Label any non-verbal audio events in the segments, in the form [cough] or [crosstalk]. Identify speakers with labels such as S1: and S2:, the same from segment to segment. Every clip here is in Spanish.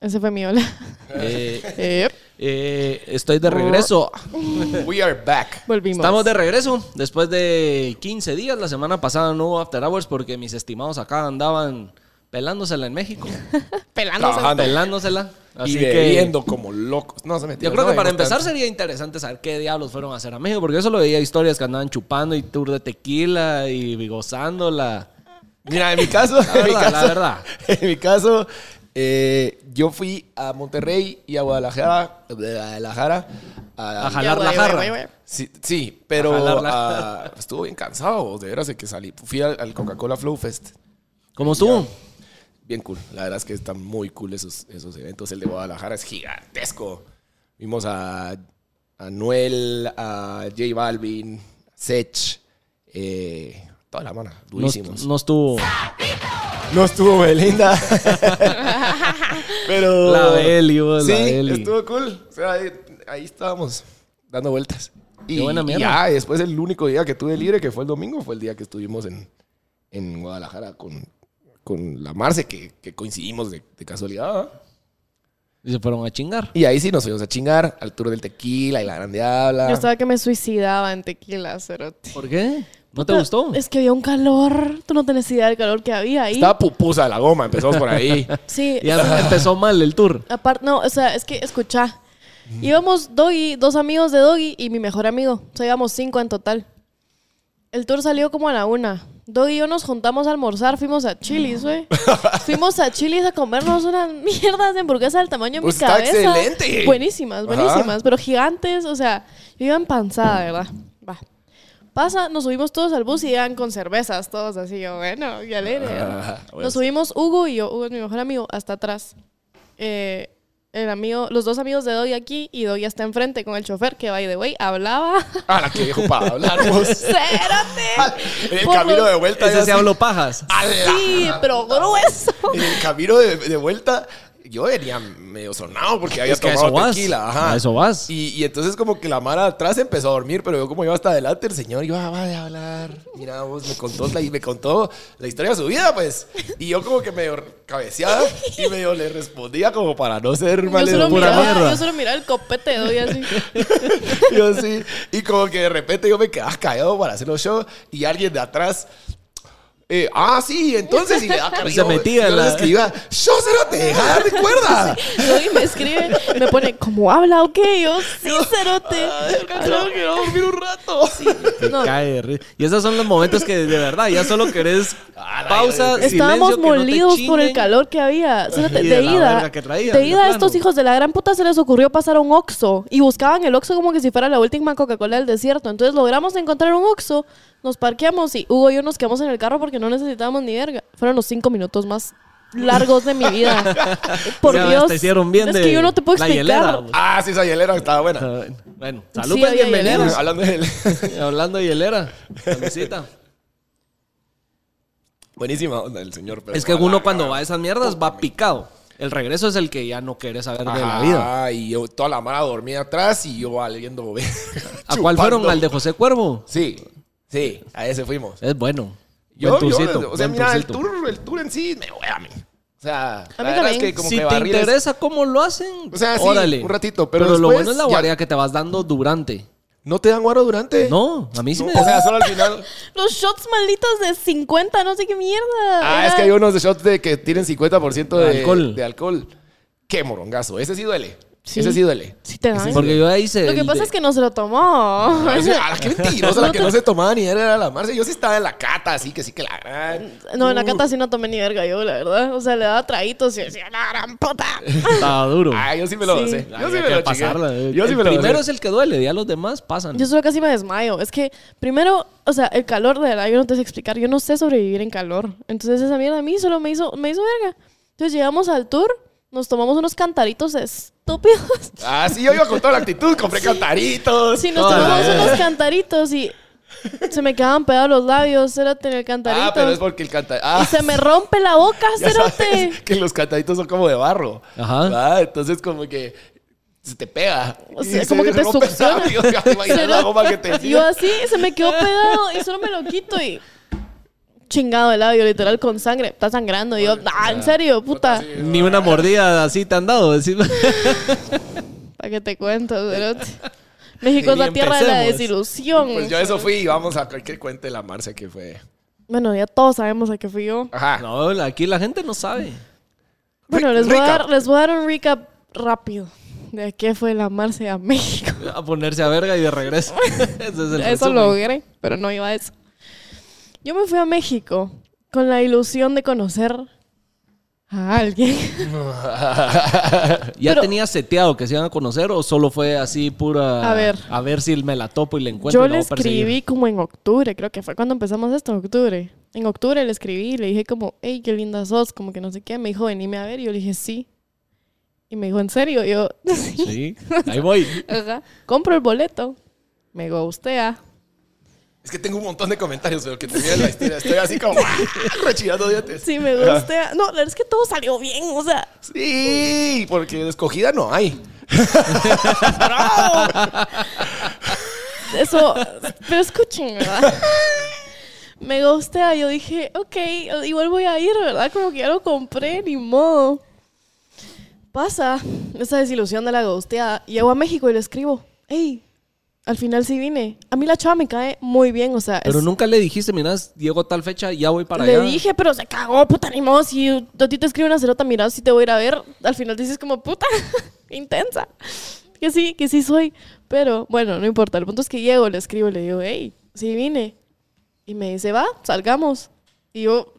S1: Ese fue mi
S2: [laughs]
S1: hola.
S2: Eh,
S1: Yep,
S2: eh, estoy de regreso.
S3: We are back.
S1: volvimos.
S2: Estamos de regreso. Después de 15 días, la semana pasada no hubo After Hours porque mis estimados acá andaban pelándosela en México.
S1: pelándose.
S3: Trabajando.
S2: Pelándosela.
S3: y
S2: Así que.
S3: bebiendo como locos. No, se metió.
S2: Yo creo que para empezar sería interesante saber qué diablos fueron a hacer a México, porque eso lo veía historias que andaban chupando y tour de tequila y gozándola.
S3: Mira, en mi caso,
S2: [laughs] La
S3: en mi
S2: verdad, la
S3: caso,
S2: verdad.
S3: [laughs] en mi caso, eh, yo fui a Monterrey y a Guadalajara, eh, Guadalajara a,
S2: A jalar la
S1: güey, güey, güey,
S2: jarra.
S1: güey.
S3: Sí, sí, pero
S2: A jalar la-
S3: ah, estuvo bien cansado, de veras, de que salí. Fui al, al Coca-Cola Flow Fest.
S2: ¿Cómo estuvo?
S3: Bien cool. La verdad es que están muy cool esos, esos eventos. El de Guadalajara es gigantesco. Vimos a a Noel, a J Balvin, Sech, eh, toda la mano,
S2: No,
S3: durísimos.
S2: no estuvo.
S3: No estuvo Belinda. [laughs] Pero.
S2: La Beli, vos,
S3: Oh. Sí,
S2: la Beli.
S3: estuvo cool. O sea, ahí, ahí estábamos dando vueltas. Y,
S2: Qué buena
S3: y
S2: mierda.
S3: ya, después el único día que tuve libre, que fue el domingo, fue el día que estuvimos en, en Guadalajara con, con la Marce, que, que coincidimos de, de casualidad.
S2: Y se fueron a chingar.
S3: Y ahí sí nos fuimos a chingar al tour del tequila y la grande habla.
S2: Ah.
S1: Yo estaba que me suicidaba en tequila, cerote.
S2: ¿Por qué? ¿No te gustó?
S1: Es que había un calor. Tú no tenés idea del calor que había ahí.
S3: Estaba pupusa de la goma, empezamos
S2: [laughs]
S3: por ahí.
S1: Sí,
S2: Ya empezó mal el tour.
S1: Aparte, no, o sea, es que escucha. Íbamos Doggy, dos amigos de Doggy y mi mejor amigo. O sea, íbamos cinco en total. El tour salió como a la una. Doggy y yo nos juntamos a almorzar, fuimos a Chili's, güey.
S3: [laughs]
S1: fuimos a Chili's a comernos unas mierdas de hamburguesa del tamaño de
S3: Pues
S1: mi
S3: está
S1: cabeza.
S3: excelente.
S1: Buenísimas,
S3: Ajá.
S1: buenísimas, pero gigantes, o sea, yo iba empanzada, ¿verdad? Va. Pasa, nos subimos todos al bus y iban con cervezas, todos así, yo, bueno, qué alegre. ¿verdad?
S3: Ah, bueno.
S1: Nos subimos Hugo y yo, Hugo es mi mejor amigo, hasta atrás. Eh, el amigo, los dos amigos de Doggy aquí y Doggy está enfrente con el chofer que, by the way, hablaba. [laughs]
S3: A Ah, la que dijo para hablarnos.
S1: ¡Cérate!
S3: En el
S1: Por
S3: camino
S1: los-
S3: de vuelta.
S2: Ese
S3: yo
S2: se
S3: así,
S2: habló pajas.
S3: "A la
S1: Sí, pero grueso.
S3: En el camino de, de vuelta, yo venía medio sonado porque había
S2: Es que a
S3: tomado
S2: eso vas.
S3: tequila. Ajá.
S2: A eso vas.
S3: Y, y entonces como que la mara atrás empezó a dormir, pero yo como iba hasta adelante, el señor iba, va de hablar. Mira, vos me contó, la, y me contó la historia de su vida, pues. Y yo como que medio cabeceaba y medio le respondía como para no ser
S1: Yo solo,
S3: maleducado.
S1: miraba, yo solo miraba el copete de Doggy así.
S3: [laughs] Yo sí. Y como que de repente yo me quedaba callado para hacer los shows y alguien de atrás. eh, ah, sí, entonces. Y le
S2: [laughs]
S3: daba
S2: Se metía en
S3: en
S2: la-
S3: la. Escribía, yo se te dejaba
S2: [laughs]
S3: de cuerda.
S1: Doggy me escribe, me pone, ¿cómo habla o qué? Yo, sí, cerote.
S3: Creo que iba a dormir un rato.
S1: No,
S2: Cae de risa. Y esos son los momentos que de verdad ya solo querés
S3: Ah, la
S2: pausa.
S3: verga.
S1: Estábamos
S2: silencio, que no te
S1: molidos por el
S2: chinguen.
S1: calor que había.
S2: [laughs]
S1: Cerote,
S2: Y
S1: de,
S2: de la
S1: ida.
S2: verga que traían,
S1: de
S2: de
S1: ida a estos
S2: plano.
S1: hijos de la gran puta se les ocurrió pasar a un Oxxo. Y buscaban el Oxxo como que si fuera la última Coca-Cola del desierto. Entonces logramos encontrar un Oxxo. Nos parqueamos y Hugo y yo nos quedamos en el carro porque no necesitábamos ni verga. Fueron los cinco minutos más largos de mi
S2: [laughs]
S1: vida. Por
S2: Ya,
S1: Dios.
S2: te hicieron bien
S1: es
S2: de
S1: que yo no te puedo
S2: la
S1: explicar.
S2: hielera, güey.
S3: Ah, sí, esa hielera estaba buena.
S2: Ah, Bueno, salud,
S1: Sí,
S2: pues,
S1: había
S2: bienvenidos.
S3: Hablando de él.
S2: Hablando de hielera, saludcita.
S3: [laughs] Buenísima onda el señor. pero
S2: Es que
S3: a la
S2: uno cuando
S3: gran-
S2: va a esas mierdas va picado. El regreso es el que ya no querés saber de la
S3: Ajá,
S2: vida.
S3: Y yo toda la mara dormía atrás y yo valiendo. [laughs]
S2: ¿A cuál fueron? ¿Al
S3: Al
S2: de José Cuervo?
S3: Sí, sí, a ese fuimos.
S2: Es bueno.
S3: Yo,
S2: Buen
S3: yo,
S2: tourcito,
S3: o sea,
S2: buen
S3: mira, el
S2: tourcito.
S3: tour, el tour en sí me huele a mí. O sea,
S1: A
S3: la
S1: mí
S3: verdad
S1: también.
S3: es que como
S2: si
S3: que
S2: te
S3: barriles-
S2: interesa cómo lo hacen,
S3: O sea, sí,
S2: órale.
S3: un ratito, pero
S2: lo
S3: después
S2: bueno es la
S3: ya-
S2: guardia que te vas dando durante.
S3: ¿No te dan guaro durante?
S2: No, a mí sí
S3: No,
S2: me
S3: o sea,
S2: da.
S3: solo al final.
S1: Los shots malditos de 50, no sé qué mierda.
S3: [laughs] ah,
S1: Era-
S3: es que hay unos de shots de que tienen 50% de
S2: Alcohol.
S3: alcohol. de alcohol. Qué morongazo. Ese sí duele.
S1: Sí.
S3: Ese
S1: [laughs]
S3: sí duele.
S1: Sí te dan.
S2: Porque yo ahí se.
S1: Lo que
S2: el
S1: pasa
S2: de-
S1: es que no se lo tomó.
S3: A veces- a la que mentirosa, ah, la que no se tomaba ni era la Marce. Yo sí estaba en la cata, así que sí que la gran. Uh.
S1: No, en la cata sí no tomé ni verga yo, la verdad. O sea, le daba traguitos y decía, la gran puta.
S2: [laughs] Estaba duro.
S3: [laughs] Ah, yo sí me lo
S1: Sí.
S3: gocé. Yo sí
S2: Había
S3: me
S2: que
S3: lo
S2: pasarla,
S3: chingué.
S2: eh.
S3: Yo sí
S2: El
S3: me lo
S2: Primero
S3: gocé.
S2: es el que duele, ya los demás pasan.
S1: Yo solo casi me desmayo. Es que, primero, o sea, el calor, de verdad, yo no te sé explicar. Yo no sé sobrevivir en calor. Entonces, esa mierda a mí solo me hizo, me hizo verga. Entonces, llegamos al tour, nos tomamos unos cantaritos estúpidos. [laughs]
S3: Ah, sí, yo iba con toda la actitud. Compré cantaritos. Ah,
S1: Sí, nos
S2: Toda la
S1: tomamos
S2: verga.
S1: unos cantaritos y se me quedaban pegados los labios, cérate en el cantarito.
S3: Ah, pero es porque el canta. Ah,
S1: Y se me rompe la boca,
S3: [laughs] Ya
S1: cérate.
S3: sabes que los cantaditos son como de barro.
S2: Ajá.
S3: ¿va? Entonces, como que se te pega.
S1: O
S3: Y
S1: sea,
S3: se
S1: como que te
S3: rompe el
S1: succiona.
S3: [laughs] labio, ya te imaginas la goma que te
S1: Yo así se me quedó pegado y solo me lo quito y. chingado de labio, literal, con sangre. Está sangrando. Y yo, ah, en serio, puta.
S2: Ni una mordida así te han dado. [laughs] decís.
S1: ¿Para qué te cuento,
S2: [laughs]
S1: cerote? [laughs] México es
S2: Y
S1: la tierra de la
S2: empecemos.
S1: desilusión.
S3: Pues yo a eso fui y vamos a que cuente la Marcia que fue.
S1: Bueno, ya todos sabemos a qué fui yo.
S3: Ajá.
S2: No, aquí la gente no sabe.
S1: Bueno, les voy, a
S3: recap.
S1: dar, les voy a dar un recap rápido de a qué fue la marcha a México.
S2: A ponerse a verga y de regreso. [laughs] Ese es el
S1: eso
S2: resumen.
S1: lo logré, pero no iba a eso. Yo me fui a México con la ilusión de conocer a alguien.
S2: ¿Ya
S1: Pero-
S2: tenía seteado que se iban a conocer o solo fue así pura...
S1: A ver.
S2: A ver si me la topo y la encuentro.
S1: Yo
S2: y la
S1: le
S2: voy a perseguir?
S1: escribí como en octubre, creo que fue cuando empezamos esto, en octubre. En octubre le escribí y le dije como, hey, qué linda sos, como que no sé qué. Me dijo, venime a ver. Y yo le dije, sí. Y me dijo, ¿en serio? Y yo, [laughs]
S2: Sí, ahí voy.
S1: Ajá. Compro el boleto. Me gustea.
S3: [laughs] Es que tengo un montón de comentarios de lo que tenía en la historia. Estoy así como ¡ah! rechirando dientes.
S1: Sí, me gustea. No, la verdad es que todo salió bien, o sea.
S3: Sí, porque de escogida no hay.
S1: Eso, pero escuchen, ¿verdad? Me gusta, yo dije, ok, igual voy a ir, ¿verdad? Como que ya lo compré, ni modo. Pasa esa desilusión de la ghosteada. Llego a México y le escribo, hey, al final sí vine. A mí la chava me cae muy bien, o sea,
S2: Pero
S1: es-
S2: nunca le dijiste, mirás, llego tal fecha, ya voy para
S1: le
S2: allá.
S1: dije, pero se cagó, puta, ni modo. Si a ti te escribe una cerota, mira, si te voy a ir a ver. Al final dices como, puta, [laughs] intensa. Que sí, que sí soy. Pero bueno, no importa. El punto es que llego, le escribo, le digo, hey, sí vine. Y me dice, va, salgamos. Y yo,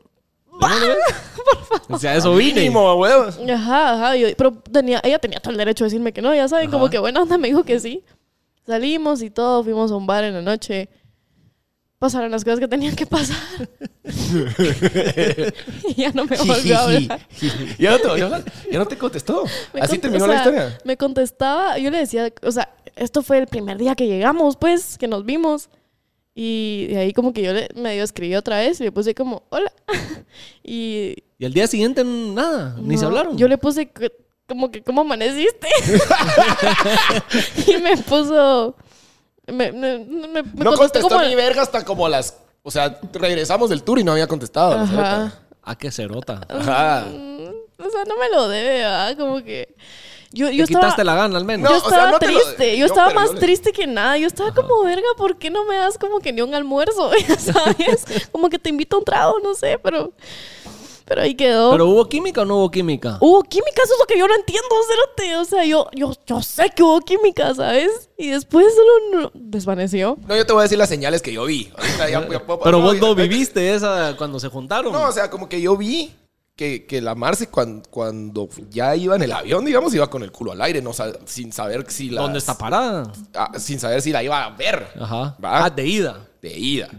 S2: O sea, eso vine.
S3: Mínimo, huevos.
S1: ajá, ajá. y yo- pero tenía, ella tenía todo el derecho de decirme que no, ya saben, como
S2: Ajá.
S1: que buena onda me dijo que sí. Salimos y todo, fuimos a un bar en la noche. Pasaron las cosas que tenían que pasar.
S2: [laughs]
S1: [laughs] y ya no me volvió a hablar.
S3: Ya no te volvió a hablar. Ya no te contestó.
S1: Me
S3: Así
S1: cont-
S3: terminó
S1: o
S3: la
S1: sea,
S3: historia.
S1: Me contestaba, yo le decía, o sea, esto fue el primer día que llegamos, pues, que nos vimos. Y de ahí como que yo le medio escribí otra vez y le puse como, hola. [laughs] y...
S2: Y al día siguiente nada, ni se
S1: no,
S2: hablaron.
S1: Yo le puse c- como que, ¿cómo amaneciste? [laughs] y me puso... Me, me, me- me
S3: no contestó,
S1: como...
S3: ni verga hasta como las. O sea, regresamos del tour y no había contestado. la
S1: Ajá.
S3: cerota.
S2: Ah, qué cerota.
S3: Ajá.
S1: Mm, O sea, no me lo debe, ¿verdad? Como que... Yo, yo
S2: Te
S1: estaba...
S2: quitaste la gana al menos.
S1: yo
S3: No, o sea,
S1: estaba
S3: no te lo-
S1: triste, yo
S3: no,
S1: estaba
S3: pero
S1: más
S3: yo le-
S1: triste que nada. Yo estaba como, verga, ¿por qué no me das como que ni un almuerzo? [laughs] Ya sabes, como que te invito a un trago, no sé, pero. Pero ahí quedó.
S2: ¿Pero hubo química o no hubo química?
S1: Hubo química, eso es lo que yo no entiendo, Cerote. O sea, yo, yo, yo sé que hubo química, ¿sabes? Y después solo no- desvaneció.
S3: No, yo te voy a decir las señales que yo vi. Ahorita ya- ya puedo-
S2: Pero vos
S3: ya-
S2: no viviste esa cuando se juntaron.
S3: No, o sea, como que yo vi que, que la Marce cuan- cuando, ya iba en el avión, digamos, iba con el culo al aire, no sa- sin saber si la. Ah,
S2: ¿Dónde está parada?
S3: sin saber si la iba a ver.
S2: Ajá.
S3: Va.
S2: Ah, de ida.
S3: De ida.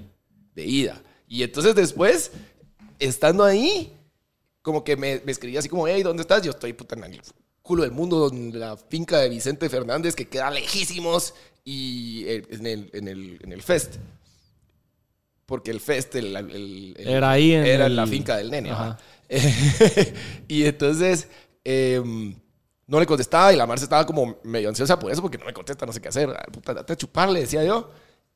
S3: De ida. Y entonces después, estando ahí, como que me, me escribí así como, hey, ¿dónde estás? Yo estoy puta en el culo del mundo, en la finca de Vicente Fernández, que queda lejísimos, y eh, en el, en el, en el fest. Porque el fest el- el- el-
S2: Era ahí en
S3: era
S2: el-
S3: la finca del nene.
S2: Ajá.
S3: ajá. [laughs] y entonces em, no le contestaba y la Marce estaba como medio ansiosa por eso, porque no me contesta, no sé qué hacer. Ah, Puta, date a chupar, le decía yo.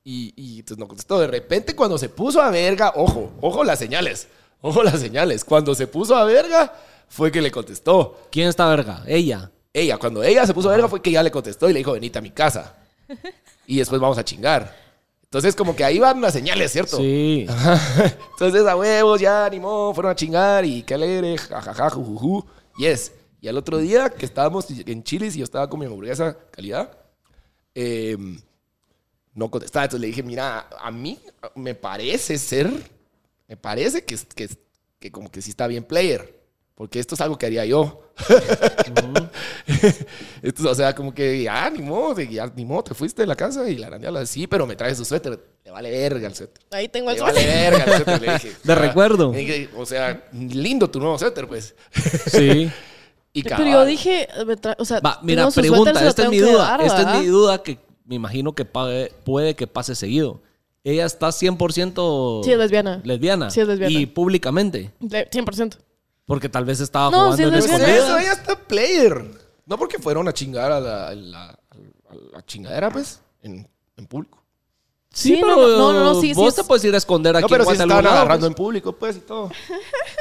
S3: Y, y entonces no contestó. De repente, cuando se puso a verga, ojo, ojo las señales, ojo las señales. Cuando se puso a verga, fue que le contestó.
S2: ¿Quién está verga? Ella.
S3: Ella, cuando ella se puso a verga, fue que ya le contestó y le dijo, venite a
S2: [laughs]
S3: mi casa. Y después vamos a chingar. Entonces, como que ahí van las señales, ¿cierto?
S2: Sí.
S3: Entonces, a huevos, ya animó, fueron a chingar y qué alegre, jajaja, jujuju. Yes. Y al otro día que estábamos en Chilis y yo estaba con mi hamburguesa calidad, eh, no contestaba. Entonces le dije, mira, a mí me parece ser, me parece que, es- que, es- que como que sí está bien player, porque esto es algo que haría yo. [laughs] Entonces, o sea, como que ya, ni modo, de- ya, ni modo, te fuiste de la casa y la grandiola, sí, pero me traes su suéter. Le vale verga el suéter.
S1: Ahí tengo el
S3: Le vale verga, el suéter, le dije.
S2: [laughs] De recuerdo.
S3: Le dije, o sea, lindo tu nuevo suéter, pues.
S2: Sí.
S3: Y
S1: Pero
S3: cabal.
S1: yo dije, me tra- o sea,
S2: Va, mira,
S1: tengo su
S2: pregunta,
S1: suéter, se lo
S2: esta es
S1: tengo
S2: mi
S1: que
S2: duda.
S1: dar,
S2: esta
S1: ¿verdad?
S2: es mi duda que me imagino que pague- puede que pase seguido. Ella está 100%
S1: Sí, es lesbiana.
S2: lesbiana.
S1: Sí, es lesbiana.
S2: Y públicamente.
S1: Le- 100%.
S2: Porque tal vez estaba
S1: No,
S2: jugando
S1: sí es
S2: en
S3: Pues por
S1: lesbiana.
S2: escondidas.
S3: eso ella está player. No porque fueron a chingar a la, a la- a la chingadera, pues, en, en público.
S1: Sí, no, no, no, no, no, sí, sí
S2: Vos
S1: es-
S2: te puedes ir a esconder aquí
S3: No, pero
S2: en
S3: si
S2: Guatemala,
S3: estaban
S2: pues.
S3: agarrando en público, pues, y todo.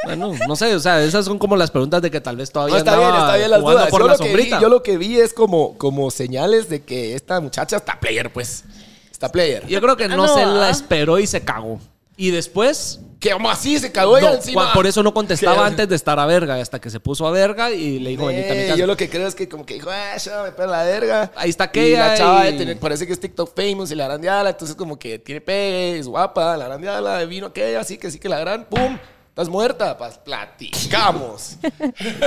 S2: Bueno, no sé, o sea, esas son como las preguntas de que tal vez todavía
S3: No, está bien,
S2: andaba
S3: está bien las
S2: jugando
S3: dudas.
S2: por
S3: Yo
S2: la
S3: lo, que vi,
S2: sombrita.
S3: yo lo que vi es como, como señales de que esta muchacha está player, pues. Está player.
S2: Yo creo que no,
S1: Ah, no,
S2: se
S1: ah.
S2: la esperó y se cagó. Y después,
S3: Que como así se cagó ella
S2: no,
S3: encima.
S2: cua- por eso no contestaba
S3: Que-
S2: antes de estar a verga, hasta que se puso a verga y le dijo, venite a mi
S3: Eh,
S2: casa".
S3: yo lo que creo es que como que dijo, ah, ya me pela la verga.
S2: Ahí está
S3: Y
S2: aquella
S3: la chava
S2: y-
S3: de tener- parece que es TikTok famous y la grandeala, entonces como que tiene pegue, es guapa, la grandeala, vino aquella, así que sí que la gran, pum, estás muerta, pues
S2: [laughs]
S3: platicamos.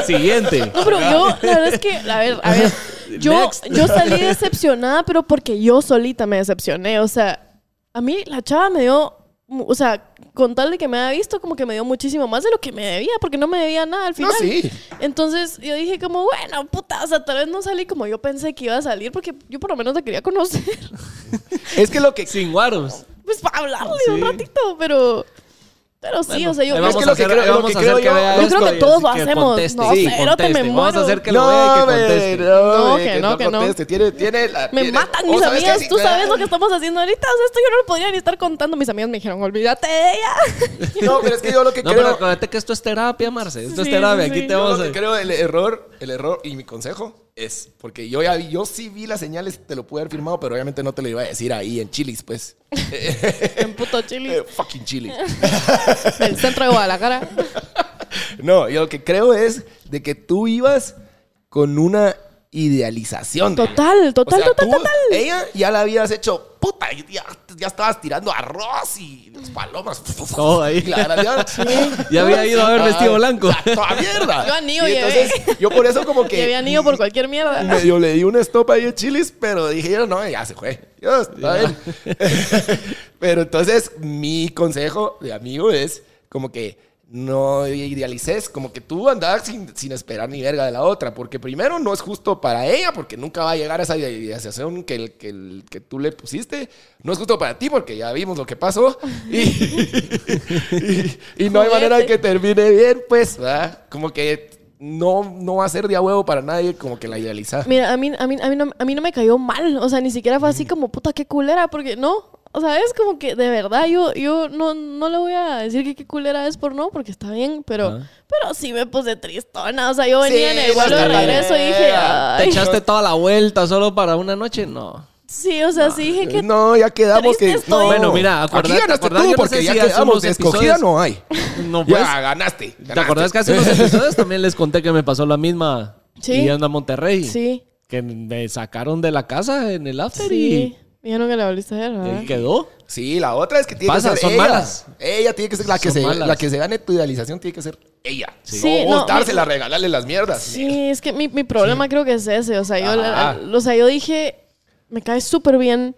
S2: Siguiente.
S1: No, pero yo, la verdad es que, a ver, a
S2: [laughs]
S1: ver, yo,
S2: Next.
S1: yo salí decepcionada, pero porque yo solita me decepcioné. O sea, a mí la chava me dio, mu- o sea, con tal de que me había visto, como que me dio muchísimo más de lo que me debía, porque no me debía nada al
S3: No,
S1: final.
S3: sí.
S1: Entonces yo dije como, bueno, puta, o sea, tal vez no salí como yo pensé que iba a salir, porque yo por lo menos te quería conocer, [laughs]
S3: es que lo [laughs] que...
S2: Sin guaros.
S1: pues para hablarle
S2: Sí.
S1: un ratito, pero... Pero sí,
S2: Bueno,
S1: o sea, yo...
S2: ahí
S1: yo-
S2: vamos
S3: que
S2: a
S3: lo que
S2: hacer,
S3: creo-
S2: ahí
S3: lo
S2: vamos
S3: que
S2: a hacer
S3: creo
S2: que
S3: yo-
S2: vea
S1: Yo creo
S2: esto
S1: que
S2: y
S1: todos lo
S2: que
S1: hacemos.
S2: conteste.
S1: No
S2: Sí,
S1: sé, pero te me
S2: conteste. Vamos a
S1: muero.
S2: hacer que lo vea y
S3: No,
S2: que
S3: hombre,
S2: conteste.
S3: no,
S1: No,
S3: eh,
S1: que no, que no.
S3: conteste. Tiene, tiene la-
S1: Me
S3: tiene-
S1: matan
S3: ¿Vos
S1: mis
S3: sabés que
S1: amigas,
S3: sí?
S1: tú sabes lo que estamos haciendo ahorita. O sea, esto yo no lo podría ni estar contando. Mis amigas me dijeron, olvídate de ella.
S3: [laughs] [laughs] No, pero es que yo lo que
S2: No, pero
S3: creo...
S2: acuérdate que esto es terapia, Marce. Esto
S1: Sí,
S2: es terapia.
S1: sí,
S2: Aquí
S1: sí.
S2: te
S1: Yo
S2: vamos
S3: Yo
S2: a...
S3: lo que creo el error, el error y mi consejo es porque yo ya vi, yo sí vi las señales, te lo pude haber firmado, pero obviamente no te lo iba a decir ahí en Chilis, pues.
S1: en puto
S3: Eh,
S1: Chile,
S3: fucking Chilis.
S1: el centro de Guadalajara.
S3: [laughs] No, yo lo que creo es de que tú ibas con una idealización. de-
S1: Total, total,
S3: O sea,
S1: total,
S3: tú-
S1: total.
S3: Ella ya la habías hecho puta, y ya, ya estabas tirando arroz y las palomas.
S2: Todo ahí.
S3: Y
S2: [laughs]
S3: la grandeada.
S2: Ya había ido a ver vestido
S3: Ah,
S2: blanco.
S3: a toda
S1: [laughs]
S3: mierda.
S1: Yo anillo
S3: Y
S1: llevé.
S3: entonces, yo por eso
S1: [laughs]
S3: como que
S1: Que habían ido por cualquier [laughs] mierda.
S3: [laughs] medio le di un stop ahí en Chilis, pero dije, yo no, ya se fue. Yo, está bien. [laughs] pero entonces, mi consejo de amigo es como que no idealices, como que tú andabas sin, sin esperar ni verga de la otra, porque primero no es justo para ella, porque nunca va a llegar a esa idealización que, el- que, el- que tú le pusiste, no es justo para ti, porque ya vimos lo que pasó, y, [laughs] y- y no hay manera de que termine bien, pues, ¿verdad? como que no, no va a ser de a huevo para nadie, como que la idealizar.
S1: Mira, a mí, a, mí, a, mí no, a mí no me cayó mal. O sea, ni siquiera fue así como, puta, qué culera. Porque no. O sea, es como que de verdad yo, yo no, no le voy a decir que qué culera es por no, porque está bien, pero,
S2: Ajá.
S1: pero sí me puse tristona. O sea, yo venía
S3: Sí,
S1: en el vuelo de
S3: hasta la
S1: regreso y dije,
S3: verga.
S2: ¿Te
S1: ay.
S2: echaste toda la vuelta solo para una noche? No.
S1: Sí, o sea, sí dije que
S3: No, ya quedamos
S1: triste
S3: que.
S1: estoy.
S3: no.
S2: Bueno, mira,
S3: Aquí
S2: acordate-
S3: ganaste
S2: acordate,
S3: tú,
S2: yo no
S3: porque
S2: sé
S3: ya
S2: si hace
S3: quedamos
S2: unos
S3: de escogida,
S2: episodios-
S3: [laughs] no hay.
S2: No, pues.
S3: Ya ganaste.
S2: ¿Te acordás que hace
S3: [laughs]
S2: unos episodios también les conté que me pasó la misma
S1: Sí.
S2: yendo a Monterrey?
S1: sí.
S2: Que me sacaron de la casa en el after
S1: Sí. Ah. Dijeron que la volviste a hacer,
S2: y,
S1: ¿verdad?
S2: y quedó.
S3: Sí, la otra es que tiene
S2: Pasa,
S3: que ser.
S2: son
S3: ella.
S2: malas.
S3: Ella tiene que ser la que,
S2: Son
S3: se,
S2: malas.
S3: la que se gane tu idealización, tiene que ser ella.
S1: Sí.
S3: no,
S1: Sí,
S3: vos
S1: no,
S3: dársela, regalarle las mierdas.
S1: Sí, Ah. es que mi, mi problema creo que es ese. O sea, yo, la-
S3: Ajá.
S1: o sea, yo dije, me cae súper bien.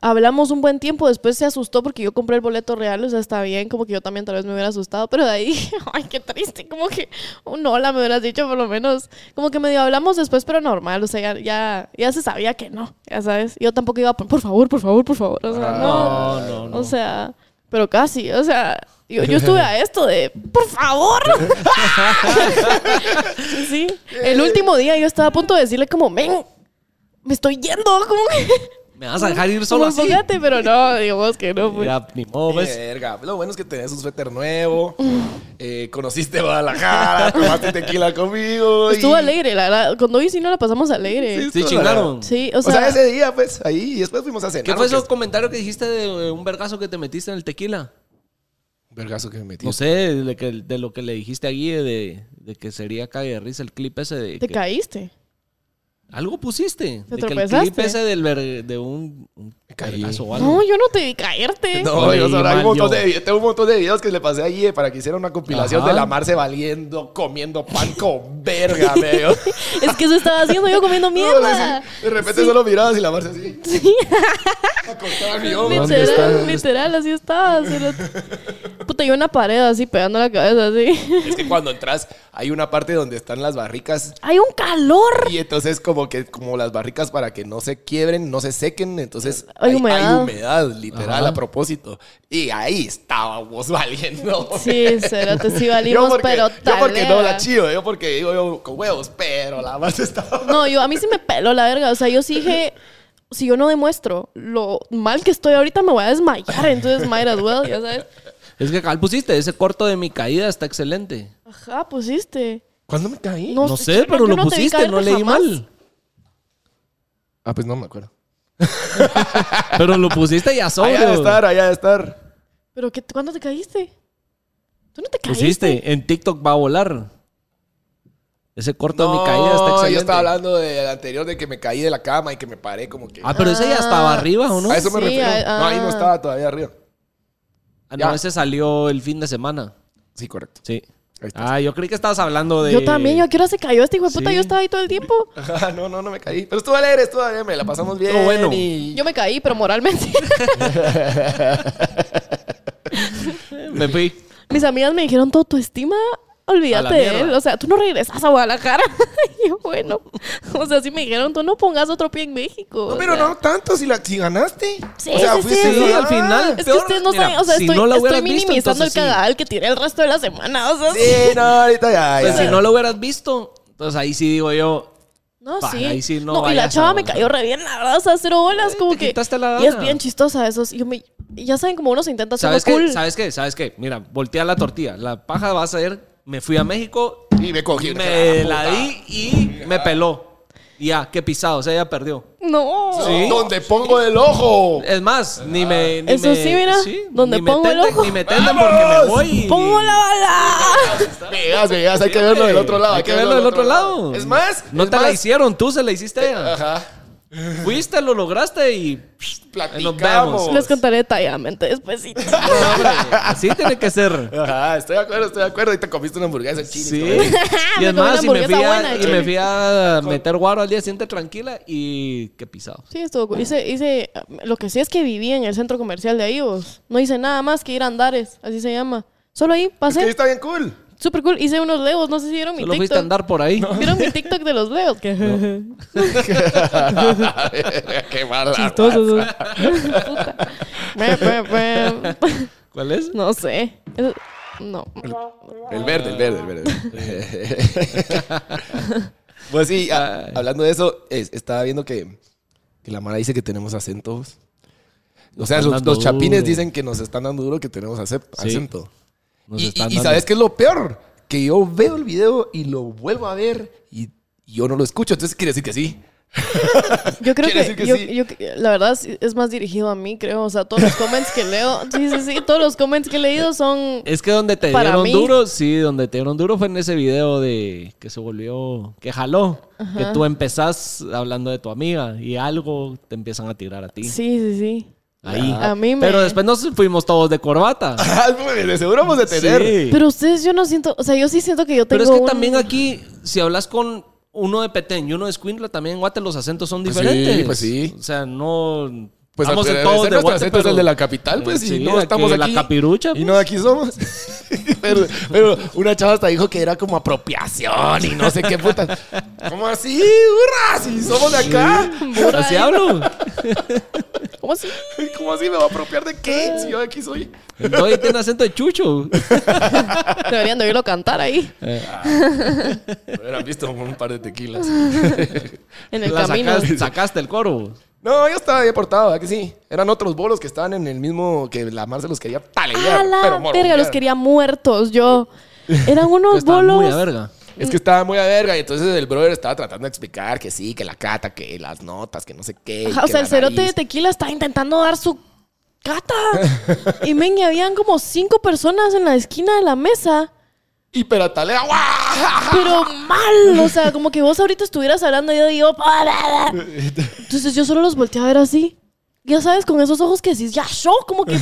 S1: Hablamos un buen tiempo, después se asustó porque yo compré el boleto real, o sea, está bien, como que yo también tal vez me hubiera asustado, pero de ahí [laughs] dije, ay, qué triste, como que un hola me hubieras dicho por lo menos, como que medio hablamos después, pero normal, o sea, ya, ya, ya se sabía que no, ya sabes, yo tampoco iba a, por favor, por favor, por favor, o sea,
S2: No,
S1: Ah. no,
S2: no, no.
S1: o sea, pero casi, o sea, yo, yo estuve
S2: [laughs]
S1: a esto de, por favor. sí, el último día yo estaba a punto de decirle como, men, me estoy yendo, como que...
S2: ¿Me vas a dejar ir solo
S1: como,
S2: así?
S1: "Enfócate", pero no, digamos que no, pues.
S2: Ya, ni modo, ¿ves?
S3: Verga, lo bueno es que tenés un suéter nuevo, eh, conociste Guadalajara, [laughs] tomaste tequila conmigo. y-
S1: Estuvo alegre, la verdad, con Doy sí no la pasamos alegre. Sí,
S2: Sí,
S3: estuvo
S2: chingaron.
S1: o
S3: O
S1: sea...
S3: sea, ese día, pues, ahí, y después fuimos a cenar.
S2: ¿Qué fue ese
S3: eso?
S2: comentario que dijiste de eh, un vergazo que te metiste en el tequila?
S3: Vergazo que me metí.
S2: No sé, de, que- de lo que le dijiste a Guille de, de que sería cague de risa el clip ese de...
S1: Te
S2: que-
S1: caíste.
S2: Algo pusiste.
S1: Te
S2: de que el
S1: tropezaste.
S2: clip ese del ver- de un, un
S3: Me caí.
S2: vergazo o algo.
S1: No, yo no te vi caerte.
S3: No,
S2: Oye,
S3: yo solo- hay
S2: mal
S3: un montón
S2: yo.
S3: de videos, tengo un montón de videos que le pasé a Guille para que hiciera una compilación
S2: Ajá.
S3: de la Marce valiendo, comiendo pan con verga, medio.
S1: Es que eso estaba haciendo yo
S2: [laughs]
S1: comiendo mierda.
S3: De repente solo mirabas y la Marce así. [laughs]
S1: Sí.
S3: acostada en mi hombro.
S1: literal, literal, así estaba.
S2: [laughs]
S1: cerote. Puta, yo en la pared así pegando la cabeza así.
S3: Es que cuando entras hay una parte donde están las barricas
S1: Hay un calor.
S3: y entonces como que como las barricas para que no se quiebren, no se sequen, entonces
S1: Hay
S3: hay, hay humedad.
S1: humedad.
S3: literal,
S2: Ajá.
S3: a propósito. Y ahí estábamos valiendo.
S1: Sí, cerote, sí valimos,
S3: yo porque,
S1: pero
S3: yo porque no la
S1: talea.
S3: chido, yo porque digo yo con huevos, pero la Marce estaba...
S1: No, yo a mí sí me peló la verga. O sea, yo sí dije, si yo no demuestro lo mal que estoy ahorita, me voy a desmayar. Entonces, might as well, ya sabes.
S2: Es que acá pusiste, ese corto de mi caída está excelente.
S1: Ajá, pusiste.
S3: ¿Cuándo me caí?
S2: No, sé, pero
S1: yo
S2: lo
S1: no te vi
S2: pusiste,
S1: caerte
S2: no leí
S1: jamás.
S2: mal.
S3: Ah, pues no me acuerdo.
S2: Pero lo pusiste
S3: [laughs]
S2: ya sobrio.
S3: Allá de estar, allá de estar.
S1: ¿Pero qué, cuándo te caíste? ¿Tú no te caíste?
S2: Pusiste, en TikTok va a volar. Ese corto de mi
S3: No,
S2: caída está excelente.
S3: yo estaba hablando del anterior de que me caí de la cama y que me paré como que...
S2: Ah, pero ese ya estaba arriba, ¿o no?
S3: a eso me
S1: sí,
S3: refiero.
S1: ah,
S3: no, ahí no
S1: ah.
S3: estaba todavía arriba.
S2: Ah,
S3: ya.
S2: no, ese salió el fin de semana.
S3: Sí, correcto.
S2: Sí.
S3: Ahí está.
S2: Ah, yo creí que estabas hablando de.
S1: Yo también, ¿yo a qué hora se cayó este hijo de puta?
S2: Sí.
S1: Yo estaba ahí todo el tiempo.
S3: Ah, [laughs] no, no, no me caí. Pero estuvo alegre, estuvo alegre, me la pasamos bien.
S2: Estuvo bueno.
S3: y-
S1: Yo me caí, pero moralmente.
S2: Eh, Me fui.
S1: Mis amigas me dijeron, tu autoestima,
S2: A la
S1: olvídate de él.
S2: mierda.
S1: O sea, tú no regresas a Guadalajara. [laughs] y yo, bueno. [laughs] O sea, sí me dijeron, tú no pongas otro pie en México.
S3: No,
S1: o
S3: pero
S1: sea.
S3: no tanto, si, la, si ganaste.
S1: Sí,
S3: o sea,
S1: sí,
S3: fuiste
S1: sí,
S2: Sí,
S1: sí.
S2: al final.
S1: Es que
S2: peor-
S1: ustedes no
S2: Mira,
S1: saben, o sea,
S2: si
S1: estoy,
S2: no la
S1: estoy
S2: hubieras visto,
S1: minimizando
S2: entonces sí.
S1: el cagadal que tiré el resto de la semana. O sea,
S3: Ah, Sí, no, ahorita ya,
S2: Pues
S3: ya.
S2: si no lo hubieras visto, entonces ahí sí digo yo.
S1: No,
S2: Para,
S1: sí.
S2: ahí sí no
S1: y la
S2: vayas a
S1: chava me
S2: volar.
S1: cayó re bien, la verdad, o sea, cero bolas, como
S2: te
S1: que.
S2: quitaste la
S1: y es
S2: gana.
S1: bien chistosa esos. y Yo me, y ya saben como uno se intenta hacer
S2: ¿Sabes qué?
S1: cool.
S2: ¿Sabes qué? ¿Sabes qué? Mira, voltea la tortilla. La paja va a ser. Me fui a México,
S3: Y me cogí. una
S2: me
S3: puta.
S2: la di y me peló. Y Ya, qué pisado. O sea, ella perdió.
S1: No.
S2: Sí.
S3: Donde pongo el ojo.
S2: Es más, ni me. Ni
S1: Eso
S2: me-
S1: sí, mira, donde
S2: ni me
S1: pongo el
S2: tenten-
S1: ojo.
S2: Ni me tenden porque me
S3: ¡Vamos!
S2: voy. y-
S1: ¡Pongo la bala!
S3: Vegas, vegas, ah, hay que verlo del otro lado.
S2: Hay que verlo del otro lado.
S3: Es más,
S2: No
S3: es
S2: te la
S3: más, Eh,
S2: hicieron, tú se la hiciste a ella.
S3: Ajá.
S2: Fuiste, lo lograste y. psh, ahí nos
S3: Platicamos.
S2: vemos.
S1: Les contaré detalladamente después.
S2: No, hombre, Así tiene que
S3: [laughs]
S2: ser.
S3: Ajá, estoy de acuerdo, estoy de acuerdo. Ahorita comiste una hamburguesa en Chile.
S2: Sí.
S3: cabrón.
S2: Y
S1: Me
S2: es
S1: comí una
S2: más, y me, fui
S1: hamburguesa
S2: a,
S1: buena,
S2: y
S1: chile.
S2: me fui a meter guaro al día siguiente tranquila y qué pisado.
S1: Sí, estuvo cool. Hice, hice, lo que sí es que viví en el centro comercial de ahí, vos. No hice nada más que ir a Andares, así se llama. Solo ahí
S3: Es que ahí
S1: pasé.
S3: está
S2: [laughs]
S3: bien cool.
S1: Súper cool. Hice unos legos, no sé si vieron mi
S2: Solo fuiste a
S1: TikTok.
S2: andar por ahí.
S1: ¿Vieron mi TikTok de los legos? Que-
S3: Qué mala.
S1: [laughs] Chistosos. [laughs] Puta. Me, me, [laughs] me.
S2: [laughs] ¿Cuál es?
S1: No sé. Es- No.
S3: El verde, el verde, el verde. pues sí, a- hablando de eso, es- estaba viendo que, que la Mara dice que tenemos acentos. O sea,
S2: Están
S3: los,
S2: dando
S3: los chapines
S2: duro.
S3: dicen que nos están dando duro que tenemos acep-
S2: Sí.
S3: acento.
S2: Nos
S3: y, y-
S2: están
S3: y
S2: dando-
S3: ¿sabes qué es lo peor? Que yo veo el video y lo vuelvo a ver y yo no lo escucho. Entonces quiere decir que sí. [laughs]
S1: Yo creo
S3: Quiere
S1: que,
S3: decir que
S1: yo-
S3: sí.
S1: yo- la verdad sí, es más dirigido a mí, creo. O sea, todos los comments que leo. [laughs] Sí, sí, sí. Todos los comments que he leído son.
S2: Es que donde te
S1: Para
S2: dieron
S1: mí-
S2: duro, sí, donde te dieron duro fue en ese video de que se volvió, que jaló, que tú empezás hablando de tu amiga y algo te empiezan a tirar a ti.
S1: Sí, sí, sí.
S2: Ahí.
S1: A mí me-
S2: Pero después nos fuimos todos de corbata.
S3: [laughs] Ah, pues, de seguro vamos a tener.
S2: Sí.
S1: Pero ustedes, yo no siento. O sea, yo sí siento que yo tengo.
S2: Pero es que
S1: un-
S2: también aquí, si hablas con uno de Petén y uno de Escuintla, también en Guate los acentos son
S3: Pues
S2: diferentes.
S3: sí, pues sí.
S2: O sea, no...
S3: Pues
S2: estamos
S3: al
S2: en
S3: parecer
S2: todos de
S3: nuestro
S2: Guate,
S3: acento es
S2: pero- Mm,
S3: el de la capital, pues,
S2: Sí,
S3: y no
S2: la
S3: estamos
S2: que-
S3: aquí.
S2: La capirucha. pues.
S3: Y no, de aquí somos. [laughs] pero, pero una chava hasta dijo que era como apropiación y no sé qué puta. ¿Cómo así, burra? Si somos de acá.
S2: pues. Así hablo.
S1: ¿Cómo así?
S3: [laughs] ¿Cómo así me va a apropiar de qué? Si yo de aquí soy.
S2: Entonces tiene acento de chucho.
S1: Deberían de oírlo cantar ahí,
S3: Hubieran visto un par de tequilas.
S1: en el
S2: La
S1: camino.
S2: sacaste, sacaste el coro.
S3: No, yo estaba deportado, ¿verdad que sí? Eran otros bolos que estaban en el mismo que la Mar se los quería
S1: ¡A
S3: talear. pero
S1: la verga!
S3: morbonear.
S1: Los quería muertos, yo. Eran unos
S2: Está muy a
S1: bolos.
S2: verga.
S3: Es que estaba muy a verga y entonces el brother estaba tratando de explicar que sí, que la cata, que las notas, que no sé qué.
S1: Ajá, o
S3: que
S1: sea,
S3: la
S1: el cerote de
S3: nariz.
S1: tequila estaba intentando dar su cata. y men, y habían como cinco personas en la esquina de la mesa.
S3: Hiperatalea, ¡guau!
S1: Pero mal, o sea, como que vos ahorita estuvieras hablando y yo digo... "Parada". Entonces yo solo los volteé a ver así. Ya sabes, con esos ojos que decís, ya yo, como que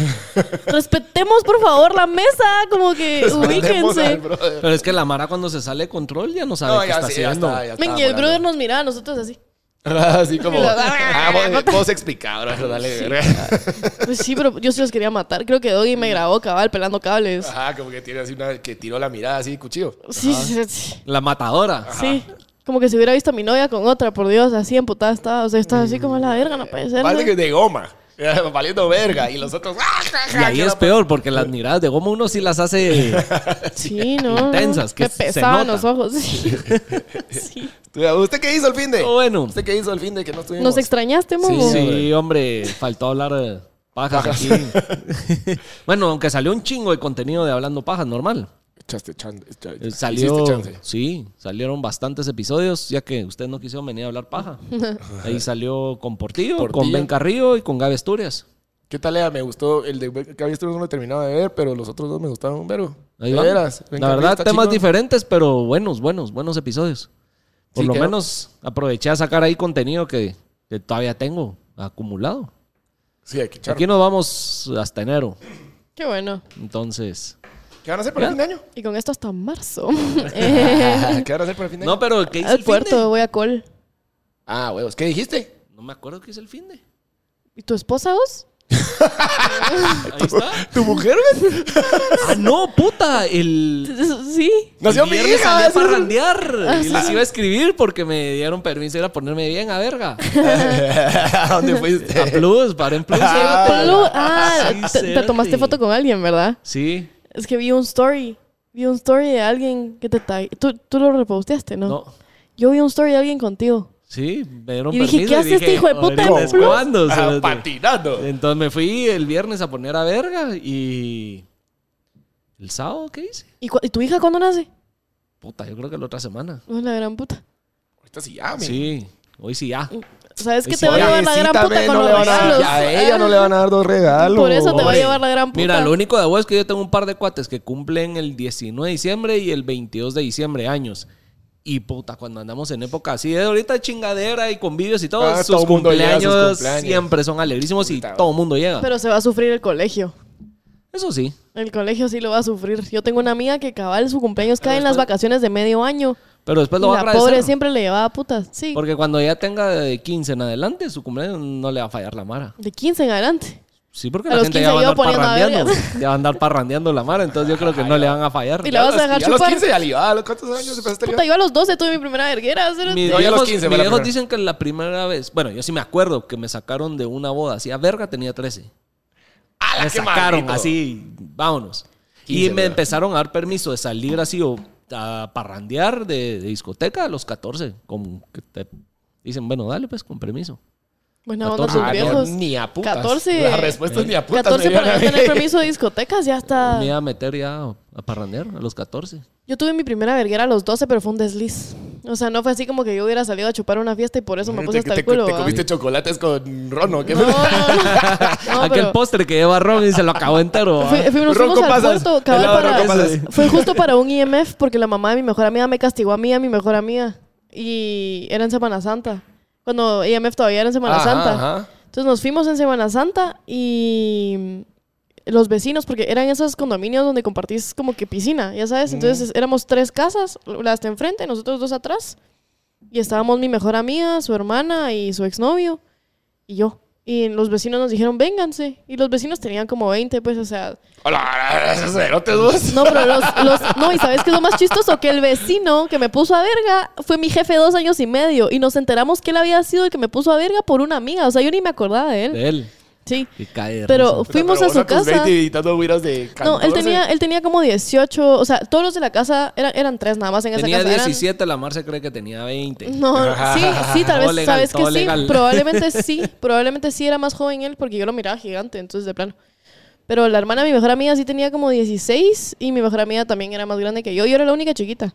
S1: respetemos por favor la mesa, como que
S3: Mandemos
S1: [laughs]
S3: al
S1: ubíquense.
S3: brother.
S2: Pero es que la Mara cuando se sale de control ya no sabe
S3: No,
S2: qué
S3: ya
S2: está
S3: sí, ya
S2: haciendo.
S3: está, ya está
S1: Men, y el
S3: volando.
S1: brother nos miraba a nosotros así.
S3: [laughs] Así como.
S1: Y lo- [laughs]
S3: ah, vos, vos explica, brother, dale verga.
S1: Pues sí, pero yo sí los quería matar. Creo que Doggy me grabó cabal pelando cables.
S3: [laughs] Ajá, como que tiene así una. que tiró la mirada así, cuchillo.
S1: Sí, sí, sí.
S2: La matadora.
S3: Ah,
S1: Sí. Como que si hubiera visto a mi novia con otra, por Dios, así emputada estaba. O sea, estaba así como a la verga, no puede ser.
S3: Parece
S1: ¿no?
S3: que de goma. [laughs] valiendo verga. Y los otros, ¡ah, ja,
S2: Y
S3: ja!
S2: ahí
S3: [laughs] que
S2: es
S3: la-
S2: peor, porque las miradas de goma uno sí las hace.
S3: [laughs]
S1: Sí, ¿no?
S2: Intensas, que
S1: Me
S2: se
S1: pesaban
S2: nota.
S1: los ojos. Sí. Sí.
S3: Tú- ¿Usted qué hizo el fin de?
S2: Pero bueno.
S3: ¿Usted qué hizo el fin de que no
S1: [laughs]
S3: estuvimos?
S1: ¿Nos extrañaste,
S2: Sí,
S1: Momo?
S2: sí, hombre, faltó hablar de pajas aquí. [laughs] bueno, aunque salió un chingo de contenido de hablando pajas, normal.
S3: Echaste chan- echa-
S2: Eh,
S3: hiciste
S2: Salió,
S3: este chance.
S2: sí, salieron bastantes episodios, ya que usted no quiso venir a hablar
S3: [laughs]
S2: paja. Ahí salió con Portillo, con
S3: Portillo.
S2: Ben Carrillo y con Gaby Asturias.
S3: ¿Qué tal, Lea? Me gustó. El de Gaby Estudios no lo he terminado de ver, pero los otros dos me gustaron un vergo.
S2: Ahí
S3: De
S2: van.
S3: veras. Ven
S2: La
S3: que
S2: verdad,
S3: está
S2: temas
S3: chingón.
S2: diferentes, pero buenos, buenos, buenos episodios. Por
S3: Sí,
S2: lo
S3: creo.
S2: menos aproveché a sacar ahí contenido que, que todavía tengo acumulado.
S3: Sí, hay que echar.
S2: Aquí nos vamos hasta enero,
S1: Qué bueno.
S2: entonces...
S3: ¿Qué van a hacer para el fin de
S1: [laughs]
S3: año? [laughs]
S1: Y con esto hasta marzo. Eh,
S3: ¿Qué van a hacer para el fin de año?
S2: No, pero ¿qué hice
S1: al
S2: el fin de?
S1: puerto, voy a Col.
S3: Ah, huevos. ¿Qué dijiste?
S2: No me acuerdo qué hice el fin de.
S1: ¿Y tu esposa vos? [laughs]
S2: Ahí está.
S3: ¿Tu mujer, güey?
S2: ¡Ah, no, puta! El...
S1: Sí.
S3: [laughs] Nació
S2: el
S3: mi
S2: viernes
S3: hija,
S2: salí a
S3: eso es-
S1: Ah,
S2: parrandear. Y les iba a escribir porque me dieron permiso de ir a ponerme bien a verga.
S3: [laughs]
S2: [laughs]
S3: ¿A dónde fuiste?
S2: A Plus, para en Plus.
S1: Ah,
S2: cerote.
S1: Pablo, ah,
S2: sí,
S1: te- te
S2: cerote.
S1: tomaste foto con alguien, ¿verdad?
S2: Sí.
S1: Es que vi un story. Vi un story de alguien que te tag- Tú, tú lo reposteaste, ¿no?
S2: No.
S1: Yo vi un story de alguien contigo.
S2: Sí, me dieron
S1: Y
S2: permiso.
S1: dije, ¿qué hace este hijo de puta en
S2: "Ahorita es
S1: Plus?"
S2: cuando,
S3: [laughs] Ah,
S2: cerote.
S3: patinando.
S2: Entonces me fui el viernes a poner a verga y... ¿El sábado qué hice?
S1: ¿Y, cu- y tu hija cuándo nace?
S2: Puta, yo creo que la otra semana.
S1: No es la gran puta.
S3: Ahorita sí ya, mi.
S2: Sí, hoy sí ya.
S1: ¿Sabes que
S2: Sí,
S1: te va a llevar la
S3: Pobrecita,
S1: gran puta
S3: ve,
S1: con
S3: no
S1: los
S3: le van a-
S1: regalos?
S3: A ella no le van a dar dos
S1: [laughs]
S3: regalos.
S1: Por eso te va a
S2: Pobre.
S1: llevar la gran puta.
S2: Mira, lo único de agua es que yo tengo un par de cuates que cumplen el 19 de diciembre y el 22 de diciembre años. Y puta, cuando andamos en época así de ahorita chingadera y convivios y todo,
S3: Ah,
S2: sus,
S3: todo mundo llega a
S2: cumpleaños
S3: sus cumpleaños.
S2: siempre son alegrísimos y
S3: Puta.
S2: todo el mundo llega.
S1: Pero se va a sufrir el colegio.
S2: Eso sí.
S1: El colegio sí lo va a sufrir. Yo tengo una amiga que cabal su cumpleaños cae en las vacaciones de medio año.
S2: Pero después lo
S1: y
S2: va a
S1: la
S2: agradecer.
S1: pobre siempre le llevaba putas. Sí.
S2: Porque cuando ya tenga de 15 en adelante, su cumpleaños no le va a fallar la mara.
S1: De 15 en adelante.
S2: Sí, porque
S1: A
S2: la
S1: los
S2: gente
S1: 15
S2: ya va a
S1: yo
S2: andar
S1: poniendo a
S2: parrandeando. [laughs] Ya va a andar parrandeando la mara, entonces yo creo que no le van a fallar.
S1: Y la vas a dejar
S3: Ya a los
S1: chupar.
S3: 15 ya le iba. ¿A los ¿Cuántos años empezaste a
S1: Puta, yo a los 12 tuve mi primera verguera. cerote.
S2: Mis
S3: No, yo a los
S2: viejos,
S3: 15 fue
S2: mis
S3: la
S2: viejos
S3: primera.
S2: dicen que la primera vez, bueno, yo sí me acuerdo que me sacaron de una boda, así a verga tenía 13.
S3: ¡Ala,
S2: Me
S3: qué
S2: sacaron
S3: Ah, maldito!
S2: así, vámonos.
S3: 15,
S2: y me
S3: ¿verdad?
S2: empezaron a dar permiso de salir así o a parrandear de, de discoteca a los 14, como que te dicen, bueno, dale pues con permiso.
S1: Buena onda
S2: 14.
S1: tus
S3: Ah, no,
S1: viejos.
S3: ni a putas.
S1: 14.
S3: La respuesta es ni a putas.
S1: 14
S3: me
S1: para no
S3: dieron a
S1: tener
S3: mí.
S1: permiso de discotecas, ya está.
S2: Me iba a meter ya a parrandear a los 14.
S1: Yo tuve mi primera verguera a los 12, pero fue un desliz. O sea, no fue así como que yo hubiera salido a chupar una fiesta y por eso me puse
S3: Te-
S1: hasta
S3: te-
S1: el culo.
S3: Te
S1: ¿va?
S3: comiste chocolates con Rono. ¿qué?
S1: No,
S3: [laughs]
S1: no, no. No,
S2: Aquel
S1: pero
S2: postre que lleva ron y se lo acabó entero. ¿ah?
S1: [laughs]
S2: ¿va?
S1: fui- fui- nos fuimos
S3: Ronco
S1: al
S3: pasas.
S1: puerto, cabal,
S3: Helado
S1: para-
S3: ronco pasas.
S1: [laughs] fue justo para un IMF porque la mamá de mi mejor amiga me castigó a mí, y a mi mejor amiga. Y era en Semana Santa. Cuando IMF todavía era en Semana
S3: Ajá,
S1: Santa.
S3: ajá.
S1: Entonces nos fuimos en Semana Santa y los vecinos, porque eran esos condominios donde compartís como que piscina, ya sabes. Entonces éramos tres casas, las de enfrente, nosotros dos atrás. Y estábamos mi mejor amiga, su hermana y su exnovio y yo. Y los vecinos nos dijeron, vénganse. Y los vecinos tenían como 20, pues, o sea...
S3: Hola, esos cerotes vos.
S1: No, pero los... los- no, y ¿sabes qué es lo más chistoso? Que el vecino que me puso a verga fue mi jefe dos años y medio. Y nos enteramos que él había sido el que me puso a verga por una amiga. O sea, yo ni me acordaba de él.
S2: De él.
S1: Sí.
S2: Y cae de
S1: Pero
S2: risa.
S1: fuimos
S3: Pero
S1: a
S3: vos
S1: su
S3: tus
S1: casa.
S3: 20 y tantos güiras de
S1: No, él
S3: 14.
S1: tenía, él tenía como 18, o sea, todos los de la casa eran, eran tres nada más en
S2: Tenía
S1: esa casa. eran-
S2: 17, la Mar se cree que tenía 20. [laughs]
S1: No, sí, sí, tal
S2: Todo
S1: vez,
S2: legal,
S1: sabes que
S2: todo
S1: sí,
S2: [laughs] legal.
S1: probablemente sí, probablemente sí era más joven él porque yo lo miraba gigante, entonces de plano. Pero la hermana de mi mejor amiga sí tenía como 16 y mi mejor amiga también era más grande que yo, yo era la única chiquita.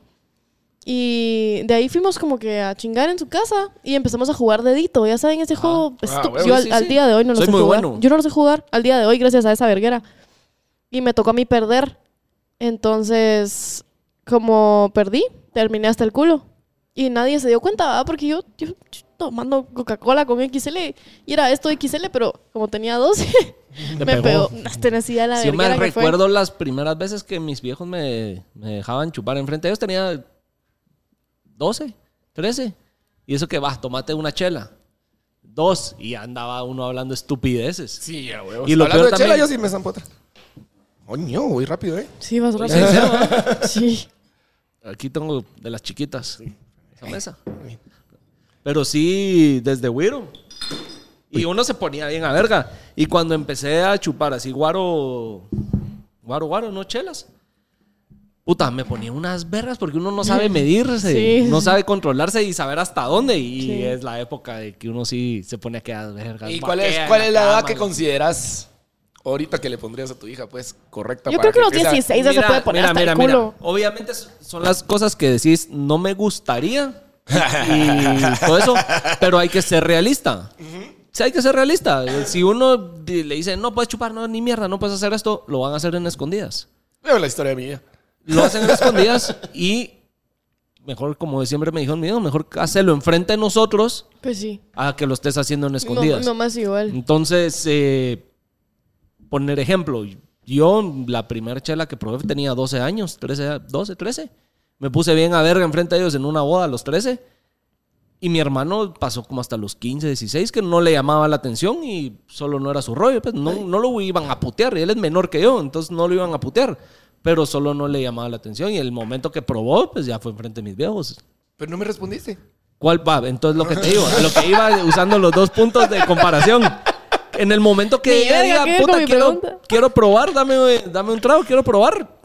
S1: Y de ahí fuimos como que a chingar en su casa y empezamos a jugar dedito, ya saben, ese juego,
S3: ah,
S1: estu-
S3: huevo,
S1: yo
S2: sí,
S1: al,
S2: sí,
S1: al
S2: sí.
S1: día de hoy no lo
S2: Soy
S1: sé
S2: muy
S1: jugar.
S2: bueno.
S1: Yo no lo sé jugar al día de hoy gracias a esa verguera. Y me tocó a mí perder. Entonces, como perdí, terminé hasta el culo. Y nadie se dio cuenta, ¿verdad? Porque yo, yo, yo tomando Coca-Cola con XL y era esto XL, pero como tenía [laughs] 12,
S2: Te
S1: me pegó.
S2: pegó.
S1: Hasta necesidad la
S2: Si yo me
S1: verguera que fue.
S2: recuerdo las primeras veces que mis viejos me, me dejaban chupar enfrente. Ellos tenía 12, 13. Y eso que vas, tomate una chela. Dos. Y ya andaba uno hablando estupideces.
S3: Sí, ya, huevos.
S2: Y lo
S3: Hablando
S2: peor
S3: de chela,
S2: también-
S3: yo sí me zampo otra. Oño, voy rápido, ¿eh?
S1: Sí, vas rápido.
S2: [laughs]
S1: Sí.
S2: Aquí tengo de las chiquitas. Esa mesa. Pero sí, desde Wiro. Y uno se ponía bien a verga. Y cuando empecé a chupar así guaro, guaro, guaro, no chelas. Puta, me ponía unas vergas porque uno
S1: [laughs]
S2: no sabe medirse,
S1: Sí.
S2: no sabe controlarse y saber hasta dónde. Y
S1: Sí.
S2: es la época de que uno sí se pone a quedar vergas.
S3: ¿Y cuál es,
S2: vaquea en
S3: cuál es la edad
S2: cama,
S3: que
S2: güey.
S3: consideras ahorita que le pondrías a tu hija, pues, correcta?
S1: Yo
S3: para
S1: creo que los
S3: empiece a-
S1: 16 ya se puede poner hasta el culo.
S2: Obviamente s- son las cosas que decís, no me gustaría. y todo eso. Pero hay que ser realista. Sí, hay que ser realista. Si uno di- le dice, no puedes chupar, no, ni mierda, no puedes hacer esto, lo van a hacer en escondidas.
S3: Veo la historia de mi hija.
S2: Lo hacen en escondidas y mejor, como siempre me dijo mi hijo, mejor hacerlo enfrente de nosotros
S1: Pues sí.
S2: a que lo estés haciendo en
S1: No,
S2: escondidas.
S1: no más igual.
S2: Entonces, eh, poner ejemplo, yo la primera chela que probé tenía 12 años, 13, 12, 13. Me puse bien a verga enfrente de ellos en una boda a los 13. Y mi hermano pasó como hasta los 15, 16, que no le llamaba la atención y solo no era su rollo. Pues no, no lo iban a putear, y él es menor que yo, entonces no lo iban a putear. Pero solo no le llamaba la atención y el momento que probó, pues ya fue enfrente de mis viejos.
S3: Pero no me respondiste.
S2: ¿Cuál va? Entonces lo que te digo, lo que iba usando los dos puntos de comparación. En el momento que
S1: Ni
S2: ella
S1: verga, ¿qué
S2: diga,
S1: es con
S2: puta,
S1: mi
S2: quiero,
S1: pregunta?
S2: quiero probar, dame, dame un trago, quiero probar.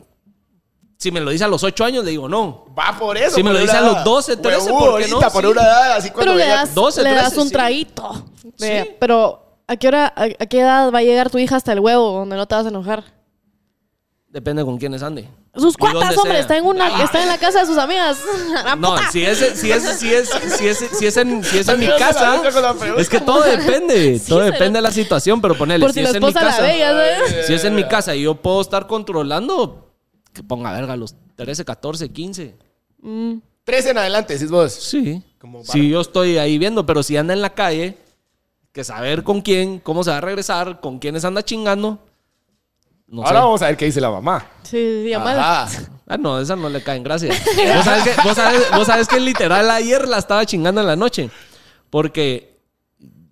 S2: Si me lo dice a los ocho años, le digo no.
S3: Va por eso.
S2: Sí, me
S3: por
S2: lo
S3: una
S2: dice a
S3: edad.
S2: los 12, 13,
S3: Huevudo,
S2: ¿por qué no?
S3: ahorita, por
S2: Sí.
S3: una edad, así cuando
S1: Pero le
S3: veía-
S1: das,
S2: 12,
S1: le das
S2: 13,
S1: un
S2: sí.
S1: traguito. Vea,
S2: Sí.
S1: Pero, ¿a qué hora, a, a qué edad va a llegar tu hija hasta el huevo donde no te vas a enojar?
S2: Depende con quiénes ande.
S1: Sus
S2: Y dónde
S1: cuatas, hombre,
S2: sea. Ah.
S1: está en una, está en la casa de sus amigas. [laughs] La
S2: No,
S1: Ah, puta.
S2: si es, si es, si es, si es, si es en, si es en mi
S3: Pero se la
S2: casa,
S3: hizo con la pregunta.
S2: es que todo depende, todo
S1: se
S2: depende de la situación, pero ponele,
S1: Por
S2: si,
S1: si la
S2: es en mi
S1: esposa la
S2: casa.
S1: ve, ya sabes.
S2: Si es en mi casa y yo puedo estar controlando, que ponga verga los 13, 14, 15.
S3: Tres en adelante, decís vos.
S2: Sí.
S3: Como
S2: Si yo estoy ahí viendo, pero si anda en la calle, que saber con quién, cómo se va a regresar, con quiénes anda chingando. No
S3: Ahora
S2: sé.
S3: vamos a ver qué dice la mamá.
S1: Sí, sí, sí, llamada.
S3: Ajá.
S2: Ah, no, esa no le caen gracias. ¿Vos sabés, que, vos sabés- vos sabés que literal ayer la estaba chingando en la noche. Porque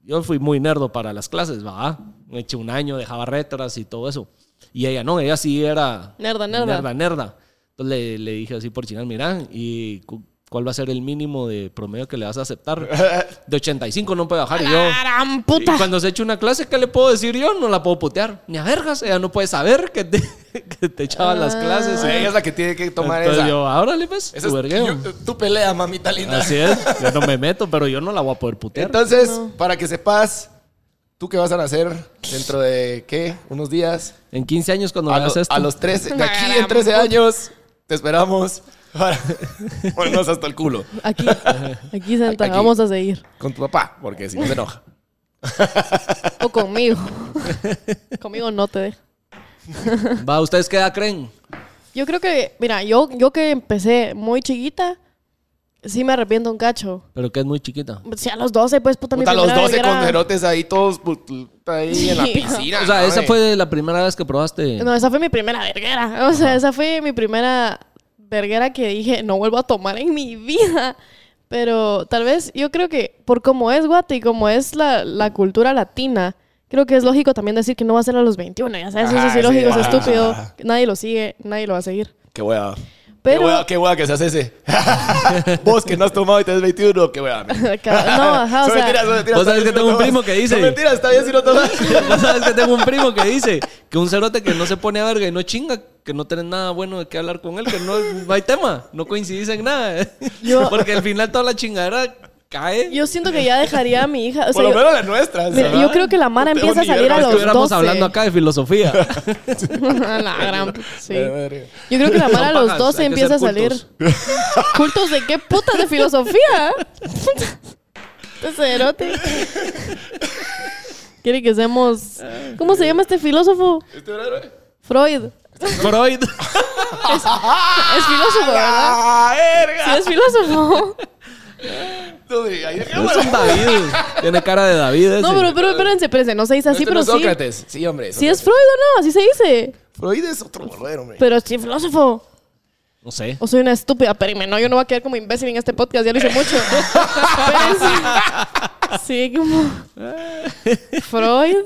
S2: yo fui muy nerdo para las clases, va. Me eché un año, dejaba retras y todo eso. Y ella no, ella sí era.
S1: Nerda, nerda.
S2: Nerda, nerda. Entonces le, le dije así por chingar, mirá, ¿y cu- cuál va a ser el mínimo de promedio que le vas a
S3: [laughs]
S2: aceptar? De 85 no puede bajar. Y yo.
S1: Gran
S2: Y
S1: puta.
S2: cuando se echa una clase, ¿qué le puedo decir yo? No la puedo putear. Ni a vergas. Ella no puede saber que te, [laughs] que te echaban las clases.
S3: Ah.
S2: ¿eh?
S3: Sí, Ella es la que tiene que tomar
S2: Entonces
S3: esa.
S2: yo, ábrale pues,
S3: Esa
S2: tu
S3: es-
S2: vergueo. Ah,
S3: yo- tu pelea, mamita linda.
S2: Así es, yo no me meto, pero yo no la voy a poder putear.
S3: Entonces, para que sepas, tú que vas a nacer dentro de, ¿qué? Unos días.
S2: en 15 años cuando
S3: a,
S2: hagas
S3: lo-
S2: esto.
S3: a los 13, de
S1: Una
S3: aquí
S1: gran
S3: en 13 años, te esperamos para [laughs] ponernos hasta el culo
S1: Aquí, aquí Santa,
S3: Aquí.
S1: vamos a seguir.
S3: con tu papá, porque si no se enoja.
S1: O conmigo. conmigo no te deja.
S2: Va, ¿ustedes qué edad creen?
S1: Yo creo que, mira, yo, yo que empecé muy chiquita, sí me arrepiento un cacho.
S2: Pero que es muy chiquita.
S1: Si a los 12, pues puta, mi
S3: Puta, los
S1: primera
S3: 12
S1: verguera-
S3: con cerotes ahí todos puta, ahí en la
S1: Sí.
S3: piscina.
S2: O sea,
S3: ¿no,
S2: esa
S3: eh?
S2: fue la primera vez que probaste.
S1: No, esa fue mi primera verguera. O sea, esa fue mi primera verguera que dije, no vuelvo a tomar en mi vida. Pero tal vez yo creo que por cómo es Guate y cómo es la, la cultura latina, creo que es lógico también decir que no va a ser a los 21. Ya sabes, eso
S3: Ajá,
S1: es
S3: sí,
S1: ilógico, es
S3: ajá.
S1: estúpido. Nadie lo sigue, nadie lo va a seguir.
S3: Qué hueva.
S1: Pero-
S3: Qué hueva, qué hueva que seas ese. [laughs] Vos que no has tomado y tenés 21, qué
S1: [laughs]
S3: hueva.
S1: no,
S3: [laughs]
S1: ajá, o
S3: Son
S1: sea,
S3: mentiras, son mentiras,
S2: Vos sabés
S3: está
S2: que
S3: bien si
S2: tengo
S3: no
S2: un primo
S3: tomas.
S2: que dice-
S3: Son mentiras, está bien si
S2: [laughs]
S3: no tomas.
S2: ¿Vos sabes que tengo un primo que dice que un cerote que no se pone a verga y no chinga, que no tenés nada bueno de qué hablar con él, que no, no hay tema, no coincidís en nada.
S1: Yo-
S2: [laughs] Porque al final toda la chingadera cae.
S1: yo siento que ya dejaría a mi hija. O sea,
S3: Por lo
S1: yo-
S3: menos las nuestras.
S1: mira,
S3: ¿verdad?
S1: yo creo que la Mara
S3: No tengo
S1: empieza a
S3: ni
S1: salir
S3: verga,
S1: a
S2: Es
S3: es
S2: que
S1: los
S2: estuviéramos
S1: 12.
S2: hablando acá de filosofía.
S1: [laughs] la gran, sí.
S3: Eh, verga.
S1: Yo creo que la
S2: Son
S1: Mara a los
S2: pajas,
S1: 12
S2: hay que
S1: empieza a
S2: ser
S1: salir.
S2: cultos.
S1: [laughs] ¿Cultos de qué putas de filosofía? este cerote. Quiere que seamos. ¿Cómo se llama este filósofo?
S3: Este verano, eh.
S1: Freud.
S2: Freud.
S1: Es filósofo, ¿verdad?
S3: ¡Ah,
S1: Sí,
S3: verga!
S1: es filósofo.
S3: Entonces, ahí
S2: es un David. Tiene cara de David ese.
S1: No, pero, pero espérense, espérense. No se dice así,
S3: Este
S1: pero
S3: no es
S1: sí.
S3: Sócrates. Sí, hombre.
S1: Sí es Freud o no, así se dice.
S3: Freud es otro bolero, hombre.
S1: Pero sí, filósofo.
S2: No sé.
S1: O soy una estúpida, espérenme, no, yo no voy a quedar como imbécil en este podcast, ya lo hice mucho. Espérense. Sí, como. Freud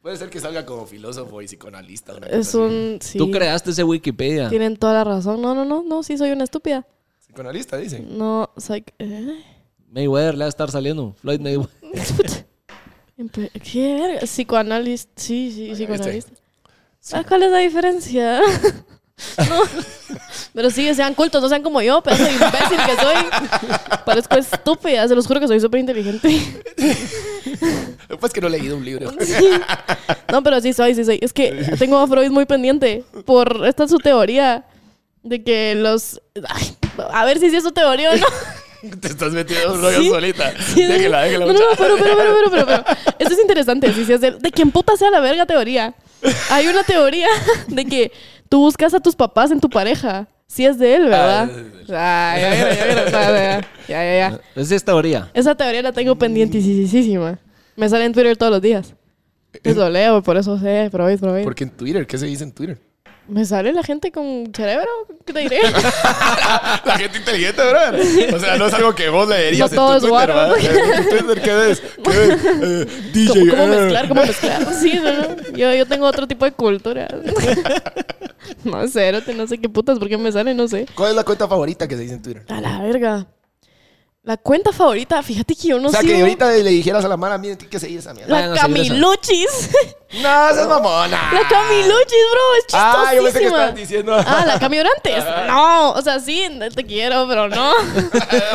S3: Puede ser que salga como filósofo y psicoanalista. una
S1: es
S3: cosa así.
S1: un. Sí,
S2: Tú creaste ese Wikipedia.
S1: Tienen toda la razón. No, no, no, no, sí soy una estúpida.
S3: Psicoanalista, dice.
S1: No, soy. ¿eh?
S3: [laughs]
S2: Mayweather le va a estar saliendo. Floyd Mayweather.
S1: Empe- ¿Qué verga? Psicoanalista. Sí, sí,
S3: Ah, ya
S1: psicoanalista.
S3: Sí.
S1: ¿Sabes cuál es la diferencia? [laughs] no. Pero sí, sean cultos, no sean como yo, pedazo de imbécil que soy. Parezco estúpida, se los juro que soy súper inteligente.
S3: Pues que no he leído un libro.
S1: No, pero sí soy, sí soy. Es que tengo a Freud muy pendiente por esta su teoría de que los... Ay, a ver si sí es su teoría o no.
S3: [laughs] Te estás metiendo en un rollo
S1: Sí.
S3: solita.
S1: Sí,
S3: [laughs] déjela,
S1: sí.
S3: déjela.
S1: No, no,
S3: muchacha.
S1: no, pero, pero, pero, pero, pero, pero. Esto es interesante. sí, sí, es de, de que en puta sea la verga teoría. Hay una teoría [laughs] de que tú buscas a tus papás en tu pareja. Si es de él, ¿verdad? Ah, ya, vieron, ya, vieron, ya, ya, ya, ya, ya.
S2: Es esta teoría.
S1: Esa teoría la tengo pendientisísima. Me sale en Twitter todos los días. Es lo leo, por eso sé, Freud, Freud.
S3: Porque en Twitter, ¿qué se dice en
S1: [laughs]
S3: Twitter?
S1: Me sale la gente con cerebro, ¿qué te
S3: [laughs]
S1: diré?
S3: La gente inteligente, brother. O sea, no es algo que vos leerías
S1: No todo
S3: en
S1: es
S3: tu Twitter,
S1: guarro. [laughs]
S3: ¿verdad? ¿En tu Twitter qué ves? ¿Qué ves? Eh, DJ.
S1: ¿Cómo, cómo
S3: eh.
S1: mezclar? ¿Cómo
S3: [laughs]
S1: mezclar? Sí, no, no. Yo, yo tengo otro tipo de cultura. [laughs] No sé, espérate, no sé qué putas, por qué me sale, no sé.
S3: ¿Cuál es la cuenta favorita que se dice en Twitter?
S1: A la verga. La cuenta favorita, fíjate que yo no
S3: o sea,
S1: sigo-
S3: que ahorita Ah, le dijeras a la mala, miren, tiene que seguir esa mierda.
S1: La
S2: Vayan a seguir esa.
S1: Camiluchis. [laughs]
S3: No, esa es mamona.
S1: La Camiluchis, bro, es chistosísima.
S3: Ah, yo pensé que estabas diciendo. [laughs]
S1: Ah, la Camiorantes. No, o sea, sí, te quiero, pero
S3: [laughs]
S1: no.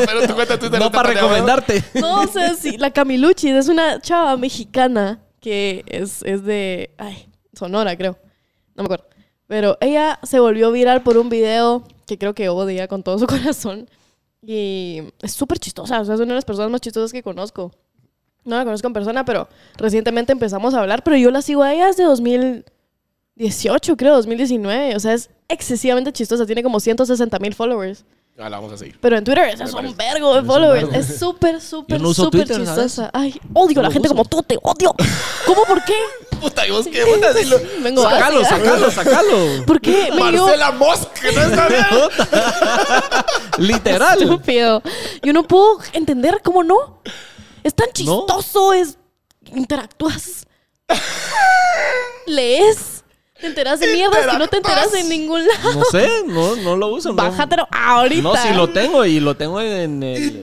S3: pero tu cuenta de Twitter
S2: No
S3: te
S2: para
S3: pone a huevo.
S2: recomendarte.
S1: [laughs] No, o sea, sí, la Camiluchis es una chava mexicana que es, es de, ay, Sonora, creo. No me acuerdo. Pero ella se volvió viral por un video que creo que odia con todo su [laughs] corazón. Y es súper chistosa, o sea, es una de las personas más chistosas que conozco. No la conozco en persona, pero recientemente empezamos a hablar, pero yo la sigo a ella desde 2018, creo, 2019. O sea, es excesivamente chistosa, tiene como 160 mil followers.
S3: Ah, la vamos a seguir.
S1: Pero en Twitter es
S3: parece.
S1: un vergo de
S2: un
S1: followers.
S2: vergo.
S1: Es súper, súper,
S2: Yo no uso
S1: súper
S2: Twitter, ¿sabes?
S1: chistosa. Ay, odio a la
S2: No lo
S1: gente
S2: uso.
S1: como tú, te odio. ¿Cómo? ¿Por qué?
S3: Puta, ¿y vos qué?
S1: [laughs]
S3: Puta, si lo...
S1: Vengo
S2: Sácalo,
S1: ácida.
S2: sácalo,
S1: [laughs]
S2: sácalo.
S1: ¿Por qué? Me dio
S3: Marcela Mosk,
S1: [laughs]
S3: no está bien.
S2: Literal.
S1: estúpido. Yo no puedo entender cómo no. Es tan chistoso, es... Interactúas.
S3: [laughs]
S1: Lees. Te enteras de mierdas que no te enteras de
S3: Interactúas.
S1: ningún lado.
S2: No sé, no, no lo uso. no.
S1: Bájatelo ahorita.
S2: No, sí lo tengo y lo tengo en el...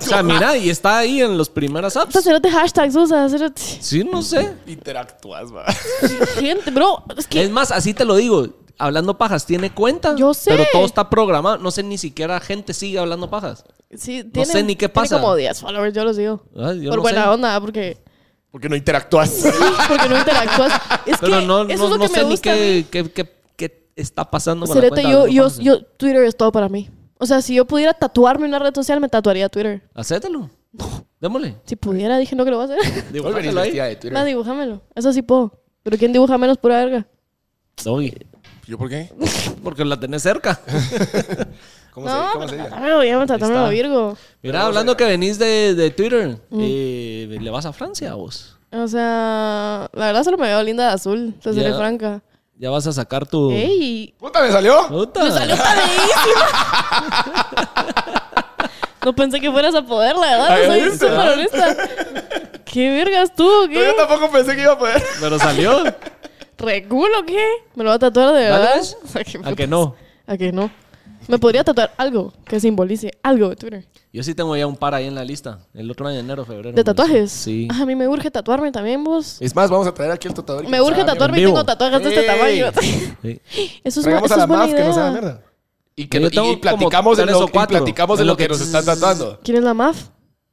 S2: O sea, mira, y está ahí en los primeras apps.
S1: Entonces, cerote hashtags usas, cerote.
S2: Sí, no sé.
S3: Interactúas, va.
S1: [laughs] Gente, bro, es que
S2: Es más, así te lo digo. Hablando pajas tiene cuenta.
S1: Yo sé.
S2: Pero todo está programado. No sé ni siquiera gente sigue hablando pajas.
S1: Sí, tiene,
S2: sé ni qué
S1: tiene
S2: pasa.
S1: como 10 followers, yo los digo.
S2: Ay, yo
S1: Por
S2: no
S1: buena
S2: sé.
S1: onda, ah, porque,
S3: Porque
S1: [laughs]
S3: no interactúas.
S1: porque no interactúas. Es
S2: Pero
S1: que
S2: no,
S1: eso
S2: no,
S1: es lo
S2: no
S1: que
S2: sé
S1: me
S2: ni
S1: gusta. a mí.
S2: qué, qué, qué, qué está pasando con
S1: Celeste,
S2: la cuenta.
S1: yo,
S2: hablando
S1: yo,
S2: pajas.
S1: yo, Twitter es todo para mí. O sea, si yo pudiera tatuarme una red social, me tatuaría Twitter.
S2: Hacételo. Démosle.
S1: Si pudiera, dije no que lo voy a hacer.
S3: Vos venís
S2: Dibújatelo ahí.
S3: vestida de
S1: Va,
S3: Twitter.
S1: dibújamelo. Eso sí puedo. Pero ¿quién dibuja menos pura verga?
S2: Doggy,
S3: ¿Yo por qué?
S2: Porque la tenés cerca.
S3: ¿Cómo se,
S1: No, pues, ah.
S3: cómo
S1: pero
S3: se dice?
S1: tatuármelo, ya me tatuármelo
S2: Está.
S1: Virgo.
S2: Mira, hablando que venís de, de Twitter,
S1: Mm.
S2: eh, ¿le vas a Francia vos?
S1: O sea, la verdad solo me veo linda de azul, te seré
S2: Ya. Uh.
S1: franca.
S2: Ya vas a sacar tu.
S1: ¡Ey!
S3: Puta, me salió.
S2: Puta.
S1: Me salió [laughs] No pensé que fueras a poder, la verdad.
S3: Ay,
S1: soy
S3: ¿viste?
S1: súper honesta. ¿Qué vergas tú? o
S3: Yo
S1: ¿Qué?
S3: tampoco pensé que iba a poder.
S2: Pero salió.
S1: ¿Reculo qué? ¿Me lo va a tatuar de
S2: ¿Vale?
S1: verdad? [laughs] ¿A qué
S2: ¿A
S1: putas?
S2: que no?
S1: ¿A que no? Me podría tatuar algo que simbolice algo de Twitter.
S2: Yo sí tengo ya un par ahí en la lista. El otro año, enero, febrero.
S1: ¿De tatuajes?
S2: Sí.
S1: Ah, a mí me urge tatuarme también, vos.
S3: Es más, vamos a traer aquí el tatuador. y que
S1: Me
S3: nos
S1: urge
S3: haga
S1: tatuarme y
S2: vivo.
S1: tengo tatuajes de este
S3: Ey.
S1: tamaño. [laughs]
S2: Sí.
S1: Eso es, una,
S3: Traigamos
S1: eso
S3: a la
S1: es buena
S3: MAF que nos haga
S1: idea.
S3: mierda. Y, que
S2: Yo
S3: no- y
S2: tengo como
S3: platicamos, en
S2: tres
S3: lo,
S2: o
S3: y
S2: cuatro.
S3: platicamos en
S2: En
S3: lo
S2: lo
S3: que,
S2: que-
S3: nos están tatuando.
S1: ¿Quién es la MAF?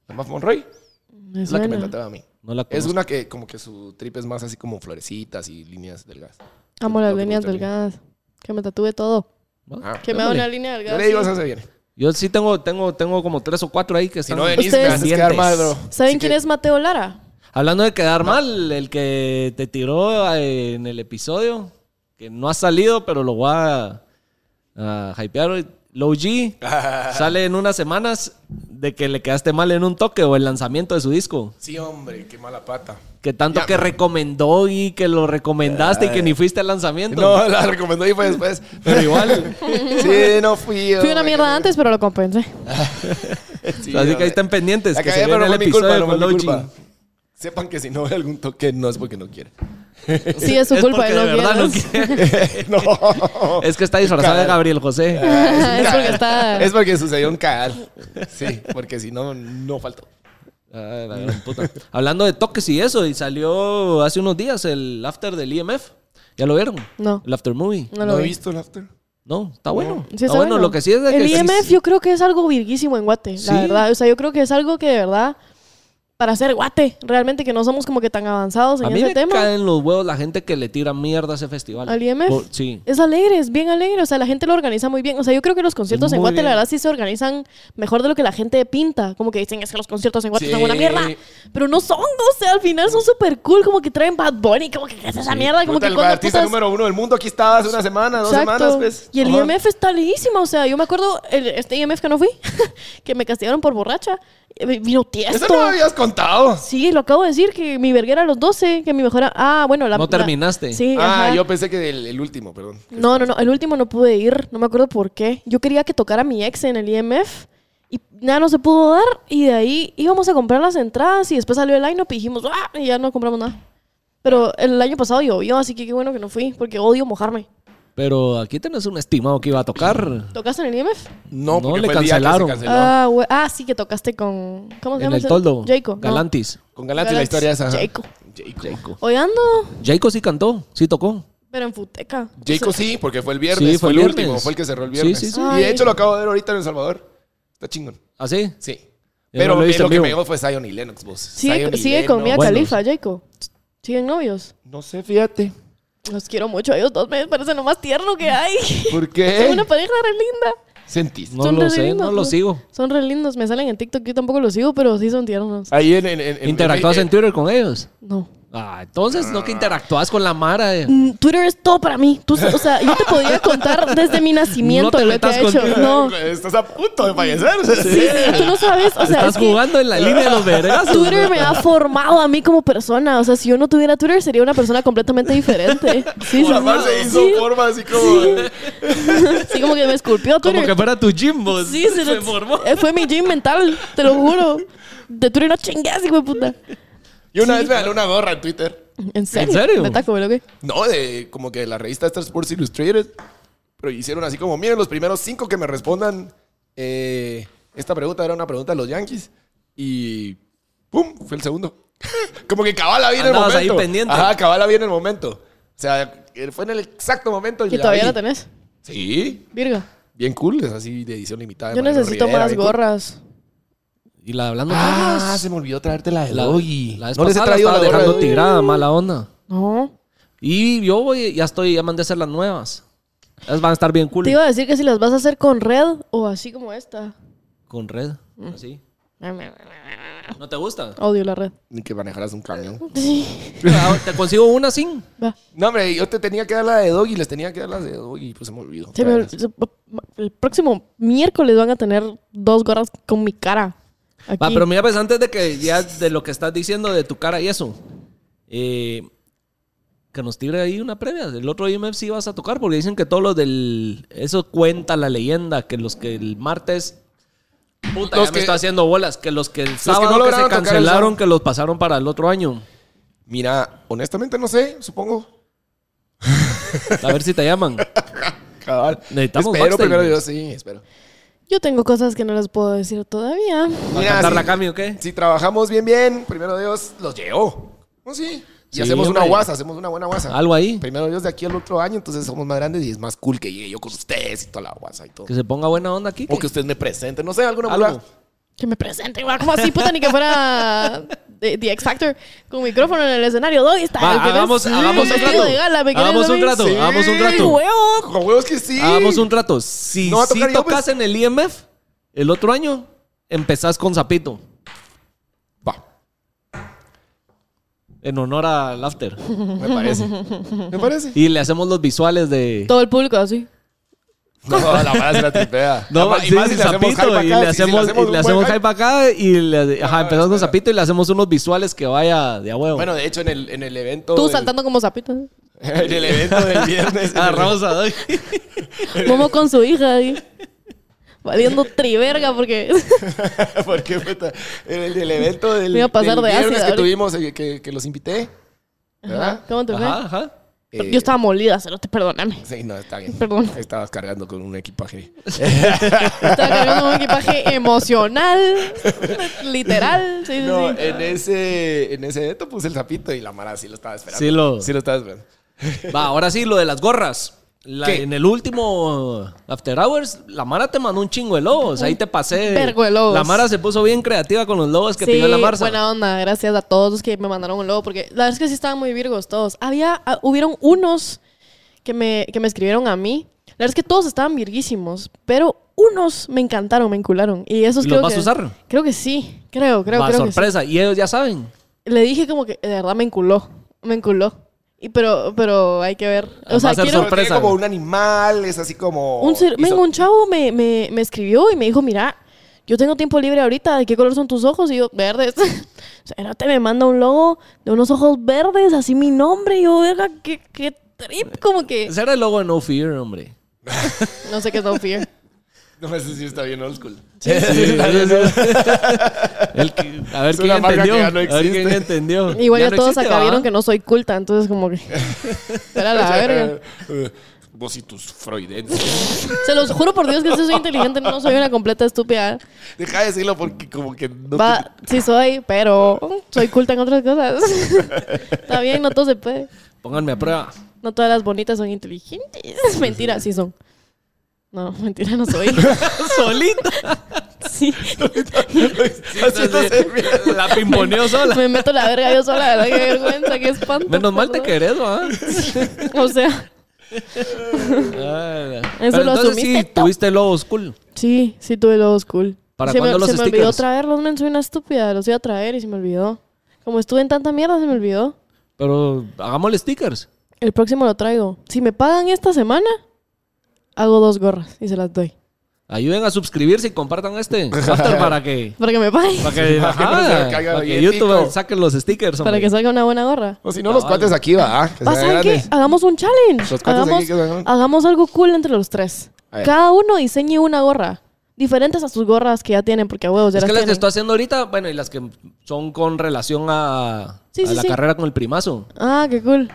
S3: La MAF Monroy
S1: Me
S3: es la que me
S1: suena.
S3: tatuaba a mí.
S2: No la
S3: Es
S2: conozco.
S3: una que como que su trip es más así como florecitas y líneas delgadas.
S1: Amo las
S3: Lo que me
S1: líneas
S3: gusta a mí.
S1: delgadas. Que me tatúe todo.
S2: Ah,
S1: Que me haga una
S2: dándole.
S1: línea delgada.
S3: Yo le digo,
S1: así.
S3: eso se viene.
S2: Yo sí tengo, tengo, tengo como tres o cuatro ahí que
S3: Si
S2: están.
S3: no venís, me
S1: Ustedes-
S3: haces quedar mal, bro.
S1: ¿Saben
S3: Así
S1: quién
S3: que-
S1: es Mateo Lara?
S2: Hablando de quedar mal, el que te tiró eh, en el episodio, que no ha salido, pero lo voy a, a hypear hoy. Low
S3: [laughs]
S2: G sale en unas semanas de que le quedaste mal en un toque o el lanzamiento de su disco.
S3: Sí, hombre, qué mala pata.
S2: Que tanto que recomendó y que lo recomendaste y que ni fuiste al lanzamiento. [laughs]
S3: No, la recomendó y fue después.
S2: Pero igual.
S3: sí, no fui yo.
S1: Fui una mierda antes, pero lo compensé.
S3: Sí,
S2: Así que
S3: hombre.
S2: ahí están pendientes.
S3: La
S2: Que
S3: cagué,
S2: se viene
S3: pero
S2: el
S3: no fue mi culpa,
S2: episodio
S3: no
S2: con
S3: fue mi
S2: Low
S3: culpa.
S2: G.
S3: Sepan que si no ve algún toque, no es porque no
S2: [laughs]
S3: quiere.
S1: Sí, es su
S2: Es
S1: culpa.
S2: porque
S1: no
S2: de verdad no
S1: quieres.
S2: quiere.
S3: [laughs] no.
S2: Es que está disfrazado de Gabriel José.
S1: Ah, Es porque está-
S3: Es porque sucedió un cagar. Sí, porque si no, no faltó.
S2: Ah, la gran puta. Hablando de toques y eso, y salió hace unos días el after del IMF. ¿Ya lo vieron?
S1: No.
S2: El after movie.
S1: No lo
S3: he
S1: vi.
S3: visto el after.
S2: No, está bueno.
S1: Sí,
S2: está,
S1: está
S2: Ah, bueno. lo que sí es de que...
S1: El IMF yo creo que es algo virguísimo en Guate,
S2: Sí.
S1: la verdad. O sea, yo creo que es algo que de verdad, para ser Guate, realmente que no somos como que tan avanzados en
S2: a mí
S1: ese
S2: me
S1: tema.
S2: caen los huevos la gente que le tira mierda a ese festival.
S1: ¿Al IMF?
S2: Por- sí.
S1: Es alegre, es bien alegre. O sea, la gente lo organiza muy bien. O sea, yo creo que los conciertos en
S2: Muy
S1: Guate, la
S2: bien.
S1: verdad, sí se organizan mejor de lo que la gente pinta. Como que dicen, es que los conciertos en Guate
S3: Sí.
S1: son una mierda. Pero no son, o sea, al final son súper cool. Como que traen Bad Bunny, como que ¿qué es esa mierda. Ah, Como
S3: Puta,
S1: que
S3: el
S1: cuando
S3: artista
S1: putas-
S3: número uno del mundo, aquí estaba hace una semana, dos semanas, pues.
S1: Y el
S3: Ajá.
S1: IMF está leísima, o sea, yo me acuerdo, el- este IMF que no fui, [laughs] que me castigaron por borracha, eh, vino
S3: Eso
S1: tiesto.
S3: no lo habías contado.
S1: Sí, lo acabo de decir, que mi verguera a los 12, que mi mejor... a- Ah, bueno, la...
S2: No
S1: la-
S2: terminaste.
S1: sí,
S3: ah,
S1: ajá.
S3: yo pensé que el, el último, perdón.
S1: No, no, no, el último no pude ir, no me acuerdo por qué. Yo quería que tocara mi ex en el IMF y nada, no se pudo dar y de ahí íbamos a comprar las entradas y después salió el line-up y dijimos, ¡ah! Y ya no compramos nada. Pero el año pasado llovió, así que qué bueno que no fui, porque odio mojarme.
S2: Pero aquí tenés un estimado que iba a tocar.
S1: ¿Tocaste en el IMF?
S3: No,
S2: No,
S3: porque
S2: le
S3: fue el día que se
S2: cancelaron.
S3: canceló.
S1: Ah, güey. Ah, sí, que tocaste con. ¿Cómo se
S2: En
S1: llama?
S2: el
S1: ese?
S2: toldo.
S1: Jayco. no.
S2: Galantis.
S3: Con Galantis la historia esa. ajá.
S1: Jaco.
S3: Jaco. Jaco.
S1: Hoy ando,
S2: Jayco sí cantó, sí tocó.
S1: pero en Futeca.
S3: sí, porque fue el viernes,
S2: Sí, fue
S3: fue el
S2: el viernes.
S3: último, fue el que cerró el viernes.
S2: Sí, sí,
S1: sí.
S3: Y
S1: Ay.
S3: de hecho lo acabo de ver ahorita en El Salvador. Está chingón.
S2: ¿Así?
S3: Sí.
S2: Yo
S3: Pero
S2: no lo he
S3: lo,
S2: visto en
S3: que
S2: vivo.
S3: me llegó fue Zion y Lennox, vos.
S1: Sigue,
S3: Zion y
S1: sigue con Mia
S3: Lennox.
S2: Bueno.
S1: Khalifa, Jayco. Siguen novios.
S3: No sé, fíjate.
S1: Los quiero mucho a ellos dos, me parece lo más tierno que hay.
S3: ¿Por
S1: Son
S3: qué?
S1: una pareja re linda.
S3: Sentís.
S2: No
S1: Son
S2: lo
S1: re
S2: sé,
S1: lindos,
S2: no lo
S1: ¿no?
S2: sigo.
S1: Son re lindos, me salen en TikTok, yo tampoco los sigo, pero sí son tiernos.
S3: Ahí en. en, en- en-
S2: ¿Interactúas
S3: en-
S2: en Twitter con ellos?
S1: No.
S2: Ah, entonces no que interactúas con la Mara. eh.
S1: Mm, Twitter es todo para mí. Tú, o sea, yo te [laughs] podría contar desde mi nacimiento
S2: te
S1: lo que
S2: metas
S1: he hecho.
S2: con-
S1: No.
S3: [laughs] Estás a punto de fallecer.
S1: Sí, sí, tú no sabes. O sea,
S2: Estás
S1: es que-
S2: jugando en la línea de los vergazos.
S1: Twitter me ha formado a mí como persona. O sea, si yo no tuviera Twitter, sería una persona completamente [laughs] diferente. Sí, sí,
S3: La mar
S1: sí.
S3: se hizo
S1: Sí,
S3: forma así como.
S1: sí, como que me esculpió Twitter.
S2: Como que fuera tu Jimbo.
S1: Sí,
S2: [laughs]
S1: se
S2: me
S1: lo-
S2: formó.
S1: eh, Fue mi gym mental, te lo juro. De Twitter no chingas, hijo de puta.
S3: Yo una vez me gané una gorra en Twitter.
S1: ¿En serio?
S2: serio?
S1: ¿De taco, güey, o qué?
S3: No, de como que la revista Star Sports Illustrated. Pero hicieron así como, miren, los primeros cinco que me respondan eh, esta pregunta era una pregunta de los Yankees. Y ¡pum! Fue el segundo. [laughs] como que cabala bien el
S2: Andabas
S3: momento.
S2: ahí pendiente.
S3: Ajá, cabala bien el momento. O sea, eh, fue en el exacto momento.
S1: ¿Y
S3: la
S1: todavía
S3: vi.
S1: la tenés?
S3: Sí,
S1: Virga.
S3: bien cool. Es así de edición limitada. de
S1: Yo
S3: Mariano
S1: necesito
S3: Rivera,
S1: más
S3: bien cool.
S1: gorras.
S2: Y la de hablando
S3: Ah,
S2: Tablas.
S3: se me olvidó traerte la de
S2: La,
S3: Doggy.
S2: la vez
S3: no les he
S2: pasada
S3: traído
S2: estaba
S3: la gorra de
S2: dejando
S3: Doggy.
S2: tirada, mala onda.
S1: No.
S2: Y yo voy, ya estoy, ya mandé a hacer las nuevas. Esas van a estar bien cool.
S1: Te iba a decir que si las vas a hacer con red o así como esta.
S2: Con red.
S1: Mm.
S2: Así. ¿No te gusta? [laughs]
S1: Odio la red.
S3: Ni que manejaras un camión.
S1: Sí.
S2: Ah, te consigo una sin.
S1: Va.
S3: No, hombre, yo te tenía que dar la de Doggy, les tenía que dar las de Doggy, pues se me olvidó.
S1: Se me- se- el próximo miércoles van a tener dos gorras con mi cara. Aquí.
S2: Va, pero mira, pues antes de que ya de lo que estás diciendo de tu cara y eso, eh, que nos tire ahí una previa. El otro IMF sí vas a tocar, porque dicen que todos los del. Eso cuenta la leyenda, que los que el martes. Puta,
S3: Los
S2: ya
S3: que-
S2: me está haciendo bolas. Que los que el sábado
S3: no
S2: que
S3: lograron
S2: se
S3: tocar el
S2: cancelaron,
S3: sábado.
S2: que los pasaron para el otro año.
S3: Mira, honestamente no sé, supongo.
S2: A ver si te llaman.
S3: Cabal.
S2: Necesitamos
S3: Espero
S2: backstage.
S3: primero yo, sí, espero.
S1: Yo tengo cosas que no les puedo decir todavía.
S2: ¿Va
S3: [laughs] Mira,
S2: a cantar
S3: si,
S2: la Cami o qué?
S3: si trabajamos bien, bien, primero Dios, los llevo. No, sí. Y
S2: Sí,
S3: hacemos una
S2: hombre.
S3: guasa, hacemos una buena guasa.
S2: Algo ahí.
S3: Primero Dios de aquí al otro año, entonces somos más grandes y es más cool que llegue yo con ustedes y toda la guasa y todo.
S2: Que se ponga buena onda aquí.
S3: O
S2: que-
S3: que ustedes me presenten, no sé, alguna
S2: Algo.
S3: burla.
S1: Que me presente, igual como así, puta, ni que [laughs] fuera de- The X Factor con micrófono en el escenario. ¿Dónde está?
S2: Va,
S1: el que no
S2: hagamos,
S1: es-
S2: hagamos un
S1: vestido
S2: rato.
S1: de gala, ¿me querés
S2: Hagamos
S1: a
S2: un
S1: mí?
S2: rato.
S3: Sí.
S2: Hagamos un
S1: ¡Ay,
S2: rato.
S1: huevo!
S3: Con huevos que sí.
S2: Hagamos un rato. Si,
S3: No va a
S2: si
S3: tocar yo,
S2: tocas
S3: pues.
S2: en el IMF el otro año, empezás con Zapito.
S3: Va,
S2: En honor al after.
S3: me parece. Me parece.
S2: Y le hacemos los visuales de.
S1: Todo el público así.
S3: No, la verdad se la tripea.
S2: [laughs] No,
S3: Ama-
S2: sí, sí, Zapito,
S3: hype
S2: y
S3: acá,
S2: le
S3: si- si
S2: hacemos, y
S3: un
S2: le
S3: buen
S2: hacemos
S3: hype.
S2: hype acá y le, ajá,
S3: Ah,
S2: empezamos con
S3: espera.
S2: Zapito y le hacemos unos visuales que vaya de a huevo. [laughs]
S3: Bueno, de hecho, en el, en el evento.
S1: Tú
S3: del-
S1: saltando como zapito.
S3: [laughs] En el evento del
S2: [laughs]
S3: viernes.
S2: agarramos a Doy.
S1: Como con su hija ahí. Valiendo triverga porque... [laughs]
S3: [laughs] Porque fue ta- en el, el evento del,
S1: Me iba a pasar
S3: del
S1: de ácida
S3: viernes que
S1: ahorita.
S3: tuvimos, eh, que, que los invité. ¿Verdad?
S1: ¿Cómo te fue?
S2: Ajá, ajá.
S3: Eh,
S1: Yo estaba molida, cerote, perdóname.
S3: Sí, no, está bien.
S1: Perdón.
S3: Estabas cargando con un equipaje.
S1: Estaba cargando un
S2: [laughs]
S1: equipaje emocional, literal. Sí, sí,
S3: No,
S1: sí.
S3: en ese, en ese evento puse el zapito y la mara sí lo estaba esperando.
S2: Sí lo-
S3: Sí lo estaba esperando.
S2: Va, ahora sí, lo de las gorras. La-
S3: ¿Qué?
S2: en el último After Hours, la Mara te mandó un chingo de lobos. Ahí te pasé.
S1: vergo de lobos.
S2: La Mara se puso bien creativa con los lobos que
S1: Sí,
S2: pidió la Marza.
S1: buena onda. Gracias a todos los que me mandaron un logo, porque la verdad es que sí estaban muy virgos todos. Había, ah, hubieron unos que me, que me escribieron a mí. La verdad es que todos estaban virguísimos, pero unos me encantaron, me encularon. Y esos
S2: ¿Y los
S1: creo
S2: vas a
S1: que,
S2: usar?
S1: Creo que sí, creo, creo,
S2: Va,
S1: creo que sí.
S2: sorpresa. Y ellos ya saben.
S1: Le dije como que de verdad me enculó, me enculó. Y pero, pero hay que ver.
S2: Ah, Va
S1: O sea,
S2: a ser
S1: quiero,
S2: sorpresa.
S3: Pero tiene como un animal, es así como...
S1: un ser-
S3: hizo-
S1: venga, un chavo me, me, me escribió y me dijo, mira, yo tengo tiempo libre ahorita, ¿de qué color son tus ojos? Y yo, verdes. [laughs] O sea, no te me manda un logo de unos ojos verdes, así mi nombre. Y yo, verga, qué, qué trip, como que...
S2: Ese era el logo de No Fear, hombre.
S1: No sé qué es No
S2: [laughs]
S1: Fear.
S3: [laughs] No sé si está bien old school.
S2: [laughs] El que- a ver
S3: Es
S2: quién
S3: una marca
S2: entendió.
S3: que ya no
S2: a ver quién
S3: existe.
S2: entendió.
S1: [laughs] Igual ya,
S2: no
S1: todos
S2: existe,
S1: acá
S2: ¿va?
S1: vieron que no soy culta, entonces como
S2: [laughs]
S1: que... Era la verga.
S3: [laughs] Vos y tus freudenses. [laughs]
S1: Se los juro por Dios que sí soy inteligente, no soy una completa estúpida.
S3: Deja de decirlo porque como que no
S1: Va, sí soy, pero soy culta en otras cosas. [laughs] Está bien, no todo se puede.
S2: Pónganme a prueba.
S3: [laughs]
S1: No todas las bonitas son inteligentes. Mentira, sí son. No, [laughs] mentira, no soy.
S2: [laughs] Solito.
S1: Sí.
S3: te... Haciéndose bien.
S2: La pimponeó sola.
S1: Me meto la verga yo sola, la verdad, qué vergüenza, qué espanto.
S2: Menos mal te
S1: perdón.
S2: querés, ¿va?
S1: O sea,
S2: Eso
S1: lo
S2: entonces
S1: asumiste
S2: sí,
S1: tú.
S2: tuviste lobos cool.
S1: sí, sí tuve los cool.
S2: ¿Para
S1: se
S2: cuándo
S1: me,
S2: los
S1: se me olvidó
S2: stickers?
S1: traerlos, men, soy una estúpida. Los iba a traer y se me olvidó. Como estuve en tanta mierda, se me olvidó.
S2: Pero hagámosle stickers.
S1: El próximo lo traigo. Si me pagan esta semana, hago dos gorras y se las doy.
S2: Ayuden a suscribirse y compartan este after para que,
S1: Para que me paguen.
S3: [laughs]
S2: para que,
S3: Para que no se
S2: ajá,
S3: caiga
S2: para que
S3: bien,
S2: YouTube
S3: tico.
S2: saque los stickers.
S1: Para
S2: hombre.
S1: que salga una buena gorra.
S3: O si no, los cuates aquí, va. ah, que
S1: Va,
S3: sean
S1: ¿saben qué?
S3: grandes.
S1: Hagamos un challenge.
S3: Los cuates
S1: hagamos,
S3: aquí que salgan.
S1: hagamos algo cool entre los tres.
S3: A ver.
S1: Cada uno diseñe una gorra. Diferentes a sus gorras que ya tienen, porque a huevos ya
S2: Es que
S1: las
S2: las que
S1: tienen.
S2: estoy haciendo ahorita, bueno, y las que son con relación a,
S1: Sí,
S2: a
S1: sí,
S2: la
S1: sí.
S2: carrera con el primazo.
S1: Ah, qué cool.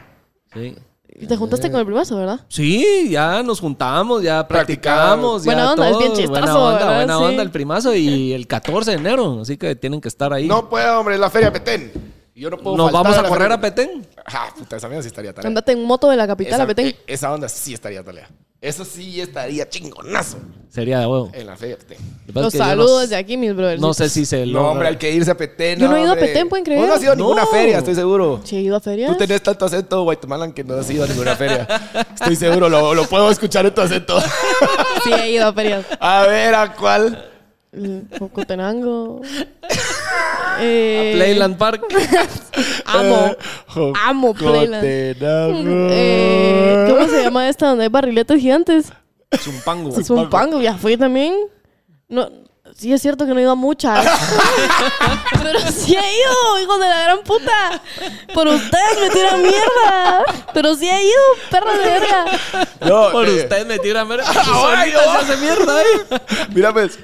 S2: Sí.
S1: Y
S3: Eh,
S1: Te juntaste con el primazo, ¿verdad?
S2: Sí, ya nos juntamos, ya practicamos.
S1: Buena
S2: ya
S1: onda, es bien
S2: todo.
S1: chistoso,
S2: Buena onda,
S1: ¿verdad?
S2: buena
S1: Sí.
S2: onda el primazo y el 14 de enero. Así que tienen que estar ahí.
S3: No puedo, hombre, es la feria Petén. Yo no puedo
S2: Nos
S3: faltar
S2: vamos a
S3: la
S2: correr
S3: feria
S2: a Petén.
S3: Ah, puta, esa mierda sí estaría tarea.
S1: Andate en moto de la capital,
S3: Esa,
S1: a Petén.
S3: eh, esa onda sí estaría tarea. Eso sí estaría chingonazo
S2: Sería de huevo.
S3: en la feria Petén.
S2: Lo que pasa
S1: Los
S2: es que yo no
S1: saludos
S2: s-
S1: desde aquí, mis brothers.
S2: No sé si se
S3: No,
S2: logra.
S3: hombre, hay que irse a Petén.
S1: Yo no he ido a
S3: hombre.
S1: Petén, ¿pueden creer?
S3: Vos no has ido a
S2: No.
S3: ninguna feria, estoy seguro.
S1: Sí, he ido a ferias.
S3: Tú tenés tanto acento guatemalán que no has ido a ninguna feria. Estoy seguro, lo, lo puedo escuchar en tu acento.
S1: [laughs] Sí, he ido a ferias.
S3: A ver, ¿a cuál?
S1: Eh,
S3: [laughs]
S1: Cocotenango. Eh,
S2: Playland Park.
S1: Amo.
S3: Eh,
S1: Amo Playland.
S3: Jocotenango.
S1: Eh, ¿Cómo se llama esta donde hay barriletes gigantes?
S2: Zumpango.
S1: Es un pango, ya fui también. No, sí es cierto que no he ido a muchas. Pero sí he ido, hijos de la gran puta. Por ustedes me tiran mierda. Pero sí he ido, perra de verga.
S3: [laughs] No,
S2: Por
S3: eh, Ah,
S2: usted me tira
S3: [laughs]
S2: mierda.
S3: Ahora
S2: Solita
S3: yo.
S2: se hace mierda ahí.
S3: Mira, pues,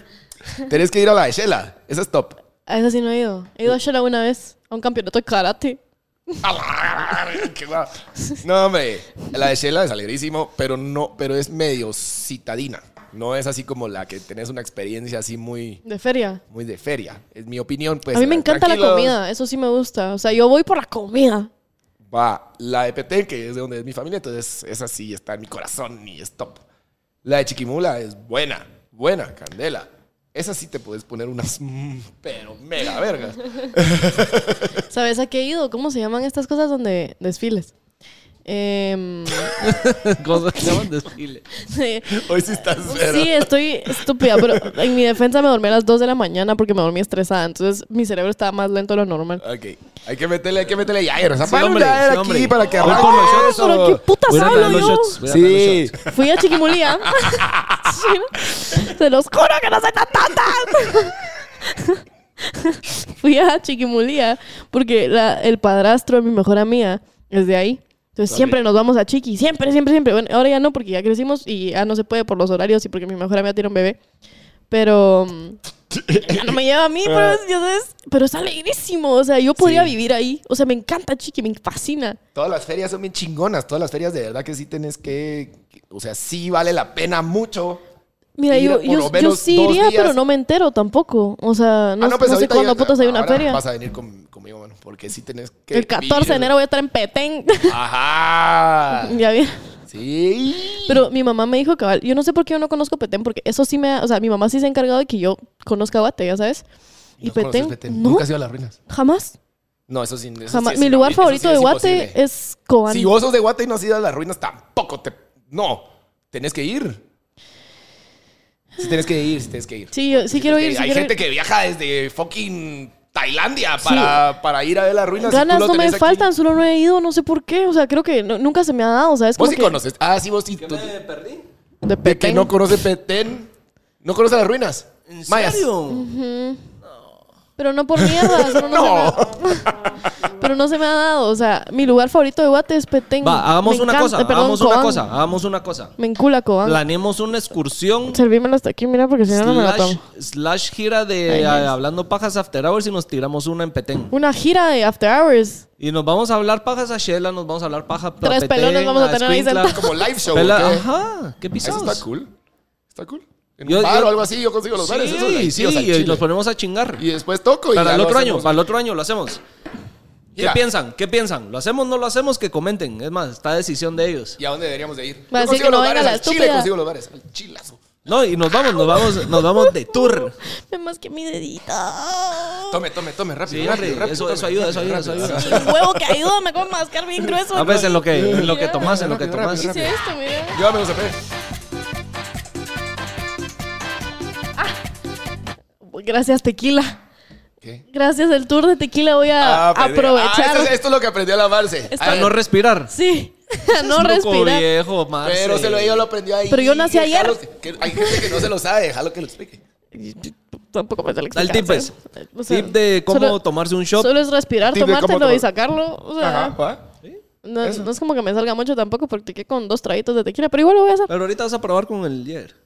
S3: tenés que ir a la de Shela. Esa es top.
S1: A esa sí no he ido. He ido a Shela una vez, a un campeonato de karate.
S3: A la verga, qué guau. No, hombre, la de Shela es alegrísimo, pero no, pero es medio citadina. No es así como la que tenés una experiencia así muy,
S1: De feria.
S3: muy de feria. Es mi opinión, pues.
S1: A mí me encanta la
S3: tranquilos.
S1: comida, eso sí me gusta. O sea, yo voy por la comida.
S3: Va, la de Petén, que es de donde es mi familia, entonces esa sí está en mi corazón y es top. La de Chiquimula es buena, buena, candela. Esa sí te puedes poner unas, [laughs] mm, pero mega vergas.
S1: ¿Sabes a qué he ido? ¿Cómo se llaman estas cosas donde desfiles? Em, [laughs]
S2: [laughs] Cosas que llaman desfile.
S3: Hoy sí estás verga.
S1: Sí, estoy estúpida, pero en mi defensa me dormí a las 2 de la mañana porque me dormí estresada. Entonces mi cerebro estaba más lento de lo normal.
S3: Ok, hay que meterle, hay que meterle ya, o sea,
S2: Sí,
S3: para
S2: hombre,
S3: ya,
S2: sí,
S3: aquí
S2: hombre.
S3: para que
S2: Voy
S3: arranque
S2: por los
S1: Ah,
S2: shots,
S1: pero qué puta
S2: Voy a traer
S1: sablo
S2: los
S1: yo.
S2: shots. voy a traer los
S3: Sí,
S2: shots.
S1: Fui a Chiquimulía. Sí, Se los juro que no soy tan tonta. Fui a Chiquimulía porque la- el padrastro de mi mejor amiga es de ahí. Entonces siempre nos vamos a Chiqui, siempre, siempre, siempre. Bueno, ahora ya no porque ya crecimos y ya no se puede por los horarios y porque mi mejor amiga tiene un bebé. Pero mm, Ella no me lleva a mí, pero es, ya sabes, pero es alegrísimo. O sea, yo podría
S3: Sí.
S1: vivir ahí. O sea, me encanta Chiqui, me fascina.
S3: Todas las ferias son bien chingonas. Todas las ferias de verdad que sí tenés que. O sea, sí vale la pena mucho.
S1: Mira,
S3: Ir
S1: yo,
S3: por lo
S1: yo, yo
S3: menos
S1: sí
S3: dos
S1: iría,
S3: días.
S1: pero no me entero tampoco. O sea, no,
S3: Ah, pues
S1: no sé
S3: ahorita
S1: cuándo
S3: ya-
S1: putas hay una
S3: ahora
S1: feria.
S3: Vas a venir con- conmigo, mano, porque sí tenés que.
S1: El 14 de
S3: vivir.
S1: enero voy a estar en Petén.
S3: Ajá.
S1: [laughs] ya bien.
S3: Sí.
S1: Pero mi mamá me dijo cabal, yo no sé por qué yo no conozco Petén, porque eso sí me, ha- o sea, mi mamá sí se ha encargado de que yo conozca Guate, ya sabes. Y
S3: No conoces
S1: Petén, no,
S3: Nunca has ido a las ruinas.
S1: jamás,
S3: No, eso sí. eso sí
S1: jamás.
S3: es
S1: mi lugar
S3: inabi- eso
S1: favorito
S3: sí
S1: de
S3: es
S1: Guate
S3: imposible.
S1: es Cobán.
S3: Si vos sos de Guate y no has ido a las ruinas, tampoco te. No. Tenés que ir. Sí, tenés que ir, sí, tenés que ir.
S1: sí, yo- sí quiero ir, sí
S3: hay
S1: quiero
S3: gente
S1: ir.
S3: que viaja desde fucking Tailandia para, para ir a ver las ruinas. y tú
S1: Ganas
S3: lo
S1: no me
S3: tenés aquí.
S1: faltan, solo no he ido, no sé por qué, o sea, creo que no- nunca se me ha dado, ¿sabes?
S3: Vos
S1: Como
S3: sí
S1: que-
S3: conoces. Ah, sí, vos sí. tú-
S2: me perdí?
S1: De
S3: de que
S1: Petén.
S3: no conoce Petén. No conoce las ruinas.
S2: ¿En
S3: Mayas.
S2: serio?
S1: Pero no por mierda, solo no, se me ha... Pero no se me ha dado, o sea, mi lugar favorito de Guate es Petén.
S2: Va, hagamos
S1: Me
S2: una
S1: encanta-
S2: cosa,
S1: eh, perdón,
S2: hagamos una
S1: Cobán.
S2: cosa, hagamos una cosa.
S1: Me encula Cobán.
S2: Planeemos una excursión
S1: Servímelo hasta aquí, mira, porque si no, no me la
S2: slash,
S1: tomo.
S2: slash gira
S1: Ahí
S2: de
S1: es.
S2: ah, Hablando Pajas After Hours y nos tiramos una en Petén.
S1: Una gira de After Hours.
S2: Y nos vamos a hablar pajas a Shela, nos vamos a hablar paja a
S1: Tres
S2: Petén,
S1: pelones vamos a tener ahí
S2: Escuintla.
S1: sentados.
S3: Como live
S2: [laughs]
S3: show.
S2: Pela-
S3: ¿o qué?
S2: Ajá, qué
S3: Eso
S2: pisados.
S3: está cool. Está cool. En
S2: Yo-
S3: un bar
S2: yo-
S3: o algo así, yo consigo los bares. Eso,
S2: Sí,
S3: ahí,
S2: sí,
S3: o sea, al
S2: y
S3: chile.
S2: nos ponemos a chingar.
S3: Y después toco y
S2: Para
S3: ya
S2: el
S3: lo
S2: otro año,
S3: hacemos.
S2: para el otro año lo hacemos. ¿Qué
S3: Mira.
S2: piensan? ¿Qué piensan? ¿Lo hacemos o no lo hacemos? Que comenten. Es más, está decisión de ellos.
S3: ¿Y a dónde deberíamos de ir?
S1: Va a
S3: Yo
S1: decir
S3: consigo
S1: que no
S3: los
S1: venga
S3: bares,
S1: la
S3: al chile
S1: estúpida.
S3: consigo los bares. Al chilazo.
S2: No, y nos vamos, nos vamos, nos vamos de tour. [laughs]
S1: Es más que mi dedito.
S3: Tome, tome, tome, rápido.
S2: Sí,
S3: rápido,
S2: hombre,
S3: rápido,
S2: eso,
S3: tome,
S2: eso ayuda, eso
S3: rápido,
S2: ayuda, eso
S3: rápido. [laughs]
S1: Y
S2: ayuda.
S1: el huevo que ayuda, me acabo de mascar bien grueso.
S2: A veces en lo que, en lo que
S1: Ya.
S2: tomas, en lo que
S3: Rápido,
S2: tomas.
S3: rápido,
S1: Hice esto, mira.
S3: Llévame un café.
S1: Gracias, tequila.
S3: ¿Qué?
S1: Gracias, el tour de tequila voy a
S3: Ah, pendejo.
S1: aprovechar.
S3: Ah, esto, es- esto es lo que aprendí a lavarse.
S1: Está-
S2: A no respirar.
S1: Sí, [laughs] a no
S2: Es loco
S1: respirar.
S2: viejo, Marce.
S3: Pero se lo yo lo aprendió ahí.
S1: Pero yo nací ayer.
S3: Déjalo que- que hay gente que no se lo sabe, déjalo que lo explique.
S1: Tampoco me sale
S2: Da el tip, pues. Tip de cómo tomarse un shot.
S1: Solo es respirar,
S3: Tip de cómo
S1: tomártelo y
S3: tomar-
S1: sacarlo. O sea,
S3: Ajá.
S1: no, no es como que me salga mucho tampoco, practiqué con dos traguitos de tequila, pero igual lo voy a hacer.
S2: Pero ahorita vas a probar con el Jaeger.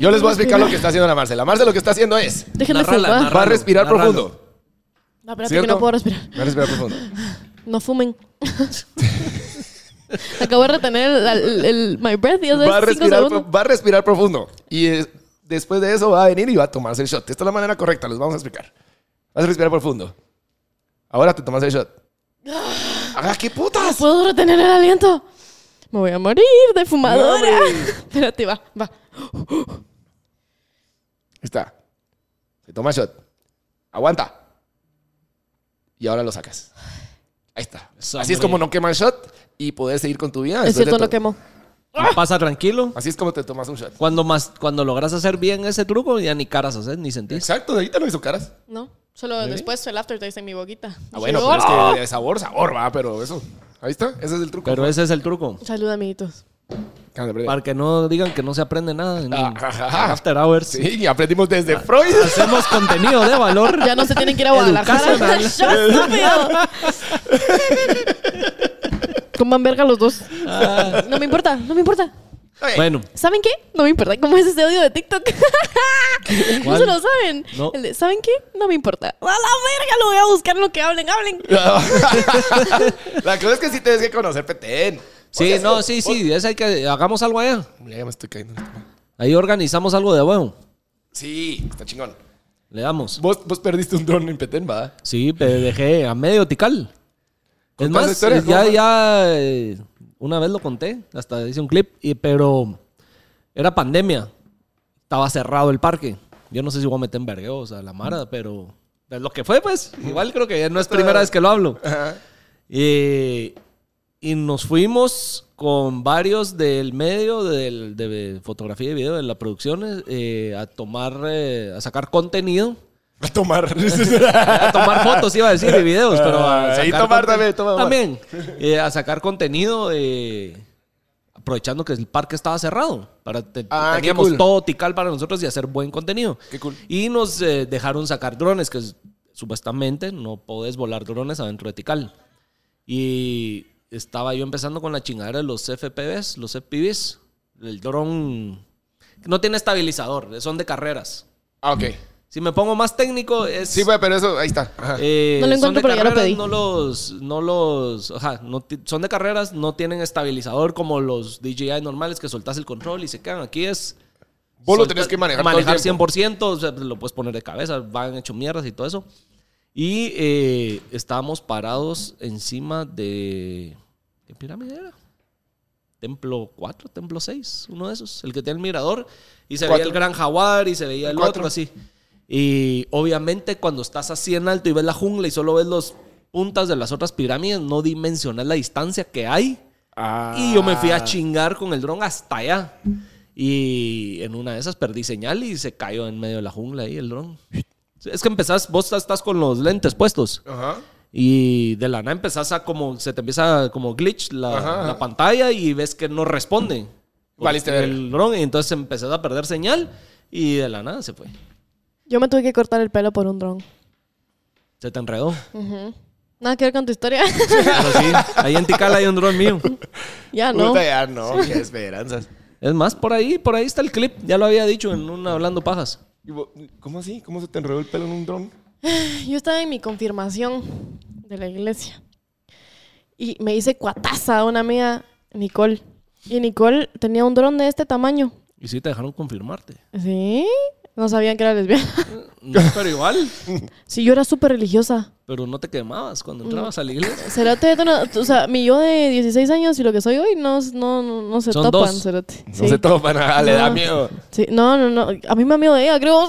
S3: Yo les voy a explicar lo que está haciendo la Marce. La Marce lo que está haciendo es.
S1: Déjenme
S2: Narrala,
S1: filmar.
S2: narra-
S3: Va a respirar
S2: Narralo.
S3: profundo.
S1: No, espérate que
S3: ¿Cierto?
S1: no puedo respirar.
S3: Va a
S1: [laughs]
S3: respirar profundo.
S1: No fumen. [laughs] Acabo de retener el, el- el- my breath y hace
S3: Va a
S1: cinco
S3: respirar,
S1: segundos.
S3: pro- va a respirar profundo. Y es- después de eso va a venir y va a tomarse el shot. Esta es la manera correcta, les vamos a explicar. Vas a respirar profundo. Ahora te tomas
S1: [gasps]
S3: el shot. ¡Ah, qué
S1: No
S3: putas!
S1: puedo retener el aliento. Me voy a morir de fumadora.
S3: No,
S1: [laughs] Espérate, va, va.
S3: Ahí Está. Se toma el shot. Aguanta. Y ahora lo sacas. Ahí está.
S2: Eso,
S3: Así
S2: hombre.
S3: es como no quema el shot y poder seguir con tu vida.
S1: Es
S3: después de
S1: cierto, no
S3: todo.
S1: quemó.
S2: Pasa tranquilo.
S3: Así es como te tomas un shot.
S2: Cuando, más, cuando logras hacer bien ese truco, ya ni caras haces, ni sentís.
S3: Exacto, de ahorita no hizo caras.
S1: No, solo después el aftertaste en mi boquita. "Oh".
S3: Ah, bueno, pero es que de sabor, sabor, va, pero eso. Ahí está, ese es el truco.
S2: Pero ese es el truco.
S1: Salud, amiguitos.
S2: Para que no digan que no se aprende nada en
S3: Ah, Ajá.
S2: After Hours.
S3: Sí, y aprendimos desde
S2: Ah,
S3: Freud. [laughs]
S2: Hacemos contenido de valor.
S1: Ya no se tienen que ir a Guadalajara.
S2: Educacional.
S1: ¡Yo, [laughs] estúpido! Coman verga los dos.
S2: Ah.
S1: No me importa, no me importa.
S3: Oye,
S2: Bueno,
S1: ¿Saben qué? No me importa. ¿Cómo es ese audio de TikTok? [laughs] No
S2: ¿Cuál?
S1: se lo saben.
S2: No.
S1: El de, ¿Saben qué? No me importa. A la verga, lo voy a buscar en lo que hablen, hablen.
S3: [laughs] La cosa es que sí tienes que conocer Petén.
S2: sí,
S3: Oye,
S2: no, sí, sí. Es hay que hagamos algo allá.
S3: Mira, ya me estoy cayendo. en esta madre.
S2: Ahí organizamos algo de huevo.
S3: Sí, está chingón.
S2: Le damos.
S3: Vos, vos perdiste un dron en Petén, va.
S2: Sí, pero dejé a medio tical. Es
S3: Contás la
S2: más,
S3: historia,
S2: ya,
S3: ¿cómo?
S2: ya eh, una vez lo conté, hasta hice un clip, y, pero era pandemia. Estaba cerrado el parque. Yo no sé si voy a meter en vergueos a la Mara, pero es lo que fue, pues. Igual creo que ya no es primera vez que lo hablo. Eh, y nos fuimos con varios del medio del- de fotografía y video de las producciones eh, a tomar, eh, a sacar contenido.
S3: A tomar.
S2: [laughs] A tomar fotos, iba a decir, y videos, pero a
S3: Ah,
S2: sacar
S3: y tomar
S2: conte-
S3: también, toma, toma.
S2: También, eh, a sacar contenido, eh, aprovechando que el parque estaba cerrado. Para te-
S3: Ah, qué
S2: teníamos
S3: cool.
S2: todo tical para nosotros y hacer buen contenido.
S3: Qué cool.
S2: Y nos eh, dejaron sacar drones, que es- supuestamente no podés volar drones adentro de tical. Y estaba yo empezando con la chingadera de los FPVs, los FPVs, el dron No tiene estabilizador, son de carreras.
S3: [laughs] Ah, ok.
S2: Si me pongo más técnico, es.
S3: Sí, güey, pero eso, ahí está. Ajá.
S2: eh,
S1: No lo
S2: son de
S1: encuentro, pero ya lo
S2: carreras,
S1: pedí.
S2: No los. No los ajá, no ti- son de carreras, no tienen estabilizador como los DJI normales que soltas el control y se quedan. Aquí es.
S3: Vos lo
S2: soltar-
S3: tenés que manejar. todo el
S2: Manejar
S3: tiempo.
S2: 100%, o sea, lo puedes poner de cabeza, van hecho mierdas y todo eso. Y eh, estábamos parados encima de. ¿Qué pirámide era? Templo 4, Templo 6, uno de esos, el que tiene el mirador. Y se veía
S3: Cuatro.
S2: el gran jaguar y se veía el,
S3: Cuatro.
S2: otro así. Y obviamente cuando estás así en alto y ves la jungla y solo ves los puntas de las otras pirámides, no dimensionas la distancia que hay.
S3: Ah.
S2: Y yo me fui a chingar con el dron hasta allá. Y en una de esas perdí señal y se cayó en medio de la jungla ahí el dron. Es que empezás, vos estás con los lentes puestos
S3: Ajá.
S2: y de la nada empezás a como, se te empieza a como glitch la,
S3: Ajá, ajá.
S2: la pantalla y ves que no responde.
S3: Valiste
S2: Porque
S3: verga.
S2: el dron y entonces empezás a perder señal y de la nada se fue.
S1: Yo me tuve que cortar el pelo por un dron.
S2: Se te enredó.
S1: Nada que ver con tu historia. [laughs]
S2: Pero sí, ahí en Tikal hay un dron mío. Ah,
S1: ya no.
S3: Puta, ya no, qué esperanzas.
S2: Es más, por ahí, por ahí está el clip. Ya lo había dicho en un Hablando Pajas.
S3: Y vos, ¿Cómo así? ¿Cómo se te enredó el pelo en un dron?
S1: Yo estaba en mi confirmación de la iglesia. Y me hice cuataza a una amiga, Nicole. Y Nicole tenía un dron de este tamaño.
S2: Y sí te dejaron confirmarte.
S1: ¿Sí? No sabían que era lesbiana. [laughs]
S2: No, pero igual.
S1: Sí, yo era súper religiosa.
S2: Pero no te quemabas cuando entrabas a la iglesia.
S1: Cerote, tú no- tú- o sea, mi yo de 16 años y lo que soy hoy no, no, no, no se
S2: Son
S1: topan,
S2: dos.
S1: Cerote.
S3: No
S1: Sí.
S3: se topa nada, le da
S1: No.
S3: miedo.
S1: Sí, no, no, no. A mí me da miedo de ella, creo.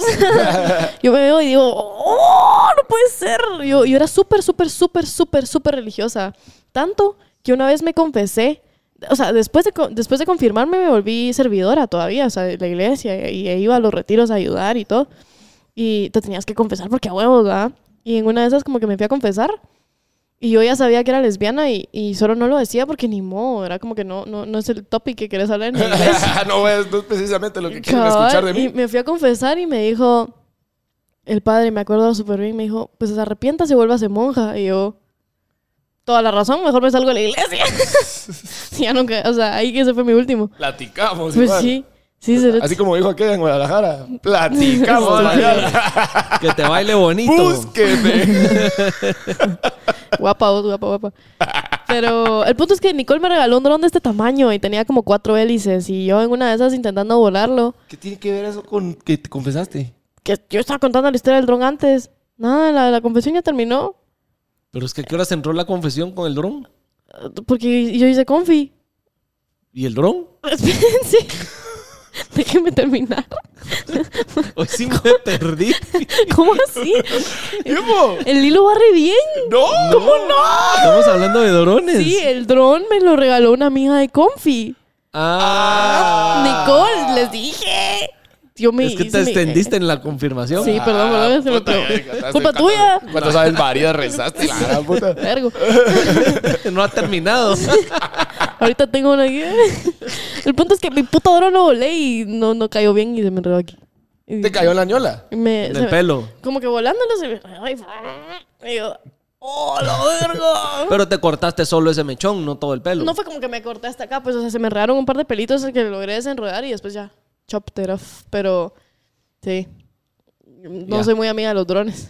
S1: [laughs] yo me veo y digo, ¡oh! No puede ser. Yo, yo era súper, súper, súper, súper, súper religiosa. Tanto que una vez me confesé. O sea, después de, co- después de confirmarme me volví servidora todavía, o sea, de la iglesia, y, y iba a los retiros a ayudar y todo. Y te tenías que confesar porque a huevos, ¿verdad? Y en una de esas como que me fui a confesar y yo ya sabía que era lesbiana y, y solo no lo decía porque ni modo, era como que no, no, no es el topic que querés hablar en la iglesia.
S3: [laughs] no, es, no es precisamente lo que quieren
S1: Cabal,
S3: escuchar de
S1: Y
S3: mí.
S1: me fui a confesar y me dijo, el padre, me acuerdo súper bien, me dijo, pues arrepiéntase y vuélvase monja. Y yo, toda la razón, mejor me salgo de la iglesia. [laughs] ya nunca, o sea, ahí que ese fue mi último.
S3: Platicamos.
S1: Pues
S3: igual.
S1: sí, sí, cerote.
S3: Así como dijo aquel en Guadalajara. Platicamos
S1: Sí.
S3: mañana.
S2: Que te baile
S1: [laughs]
S2: bonito.
S3: Búsqueme. [laughs]
S1: guapa vos, guapa, guapa. Pero el punto es que Nicole me regaló un dron de este tamaño y tenía como cuatro hélices y yo en una de esas intentando volarlo.
S3: ¿Qué tiene que ver eso con que te confesaste?
S1: Que yo estaba contando la historia del dron antes. Nada, la, la confesión ya terminó.
S2: Pero es que a qué horas entró la confesión con el dron.
S1: Porque yo hice confi.
S2: ¿Y el dron?
S1: Espérense. [laughs] Déjenme terminar. [laughs]
S2: Hoy sí me perdí.
S1: ¿Cómo así?
S3: ¿Cómo?
S1: El hilo va re bien.
S3: ¡No! ¿Cómo
S2: Estamos hablando de drones.
S1: Sí, el dron me lo regaló una amiga de Confi.
S2: Ah.
S1: Nicole, les dije. Yo me
S2: Es que
S1: hice
S2: te
S1: mi-
S2: extendiste Ah, en la confirmación.
S1: Sí, perdón, perdón. se me
S3: Ah, puta,
S1: atrevo.
S3: ya cantaste,
S1: Culpa
S3: cantaste.
S1: tuya.
S3: ¿Cuántas sabes
S1: [laughs]
S3: varias rezaste? La gran puta.
S1: Vergo.
S2: [laughs] No ha terminado.
S1: Ahorita tengo una guía. [laughs] El punto es que mi puto dron lo volé y no, no cayó bien y se me enredó aquí. Y
S3: ¿Te cayó en la ñola?
S1: me-
S2: En
S1: se
S2: el
S1: me-
S2: pelo.
S1: Como que volándolo se me enredó y- y yo, ¡oh, lo vergo!
S2: Pero te cortaste solo ese mechón, no todo el pelo.
S1: No fue como que me corté hasta acá, pues, o sea, se me enredaron un par de pelitos que logré desenredar y después ya, chopped it off. Pero, sí. No
S2: Ya.
S1: soy muy amiga de los drones.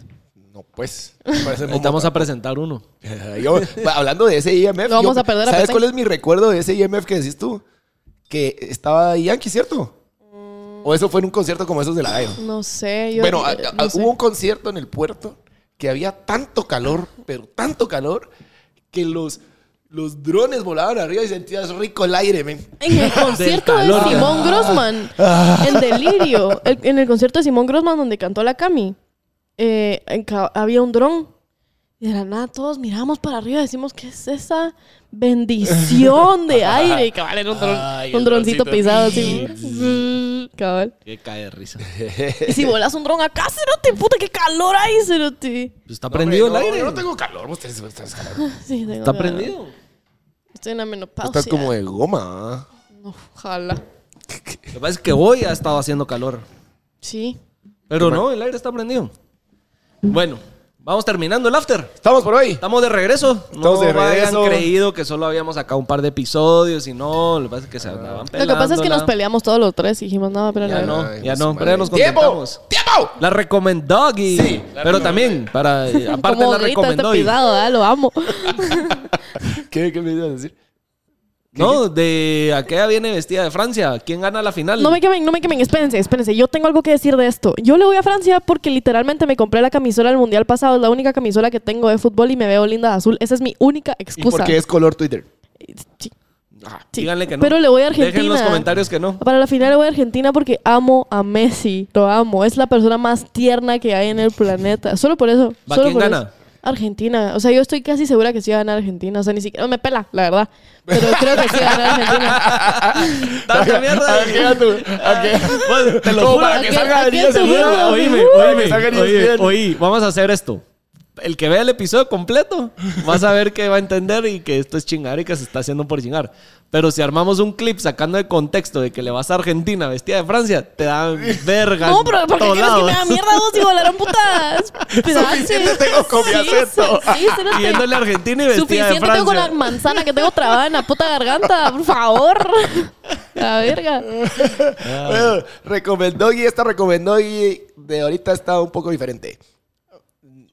S3: No, pues. Parece
S2: Ahorita vamos a presentar uno.
S3: [laughs] Yo, pa- hablando de ese IMF.
S1: Lo vamos
S3: yo-
S1: a perder a
S3: ¿Sabes
S1: Petén.
S3: cuál es mi recuerdo de ese IMF que decís tú? Que estaba Yankee, ¿cierto? O eso fue en un concierto como esos de la Gallo.
S1: No sé, Mm. yo...
S3: Bueno, a-
S1: eh,
S3: a-
S1: no sé.
S3: hubo un concierto en el puerto que había tanto calor, pero tanto calor, que los, los drones volaban arriba y sentías rico el aire, men. [laughs]
S1: En el concierto de
S2: calor.
S1: Simón Grossman, en Delirio, el- en el concierto de Simón Grossman donde cantó la Cami, eh, en ca- había un dron. Y de la nada todos miramos para arriba y decimos, ¿qué es esa bendición de aire? Y cabal, era un, dron,
S3: Ay,
S1: un
S3: el
S1: droncito
S3: droncito.
S1: pisado así. cabal.
S2: Que cae de
S3: [laughs]
S2: risa. Pues
S1: Y
S2: [laughs]
S1: si volas un dron acá, cerote, puta, qué calor hay, cerote.
S2: Está prendido
S3: No, hombre,
S2: el
S3: no,
S2: aire.
S3: Yo no tengo calor, vos tenés, vos tenés calor.
S1: Sí, tengo
S2: Está
S1: calor.
S2: prendido.
S1: Estoy en la menopausia.
S3: Estás como de goma. ¿ah?
S1: No, Ojalá.
S2: Lo que pasa es que hoy ha estado haciendo calor.
S1: Sí.
S2: Pero no, el aire está prendido. Bueno, Vamos terminando el after.
S3: Estamos por hoy.
S2: Estamos de regreso.
S3: Estamos
S2: no
S3: de regreso.
S2: hayan creído que solo habíamos sacado un par de episodios y no, lo que pasa es que
S3: Ah.
S2: se andaban
S1: Lo que pasa es que nos
S2: pelándola.
S1: peleamos todos los tres y dijimos, no, pero
S2: Ya
S1: no.
S2: no,
S3: Ay,
S2: ya
S3: su
S2: no,
S3: madre.
S2: pero ya nos
S3: ¡Tiempo!
S2: contentamos.
S3: ¡Tiempo!
S2: La recomendó, Gui.
S3: Sí, la
S2: pero también,
S1: [laughs]
S2: para, eh, aparte
S1: Como
S2: la
S1: grita este
S2: recomendó. y-
S1: pisado, ¿verdad? lo amo.
S3: ¿Qué, qué me ibas a decir?
S2: No, de aquella viene vestida de Francia. ¿Quién gana la final? [laughs]
S1: No me quemen, no me quemen, espérense, espérense. Yo tengo algo que decir de esto. Yo le voy a Francia porque literalmente me compré la camisola del mundial pasado. Es la única camisola que tengo de fútbol y me veo linda de azul. Esa es mi única
S3: ¿Y
S1: excusa.
S3: por qué es
S2: [laughs]
S3: color Twitter?
S1: Sí,
S2: Ah,
S1: sí.
S2: Díganle que no.
S1: Pero le voy a Argentina.
S2: Dejen en los comentarios que no.
S1: Para la final le voy a Argentina porque amo a Messi. Lo amo. Es la persona más tierna que hay en el planeta. Solo por eso.
S2: ¿Va?
S1: solo
S2: ¿Quién
S1: por
S2: gana?
S1: eso. Argentina. O sea, yo estoy casi segura que sí va a ganar Argentina. O sea, ni siquiera me pela, la verdad. Pero creo que sí va a ganar
S2: [laughs]
S1: Argentina.
S2: Ah,
S3: Ah,
S2: Tanta mierda. Bueno, te lo
S3: Como
S2: juro.
S3: para que
S1: Aquel-
S3: salga
S1: aquel
S3: Anillo
S1: seguro.
S3: Seguro.
S2: Oíme,
S3: Para que
S2: oíme,
S3: salga Anillo
S2: oye,
S3: Seguro.
S2: oí, vamos a hacer esto. El que vea el episodio completo va a saber que va a entender y que esto es chingar y que se está haciendo por chingar. Pero si armamos un clip sacando de contexto de que le vas a Argentina vestida de Francia, te dan verga.
S1: No,
S2: en
S1: pero ¿por qué
S2: todos
S1: quieres que me
S2: lados.
S1: haga mierda vos y volaron
S2: [laughs]
S1: putas?
S3: Suficiente tengo con mi
S1: Sí,
S3: acento.
S1: Sí, sí, no te-
S2: Yéndole a Argentina y vestida de
S1: Suficiente tengo con la
S2: Francia.
S1: manzana que tengo trabada en la puta garganta, por favor.
S2: [laughs]
S1: La verga.
S2: Ah,
S3: Bueno, recomendó y esta recomendó y de ahorita está un poco diferente.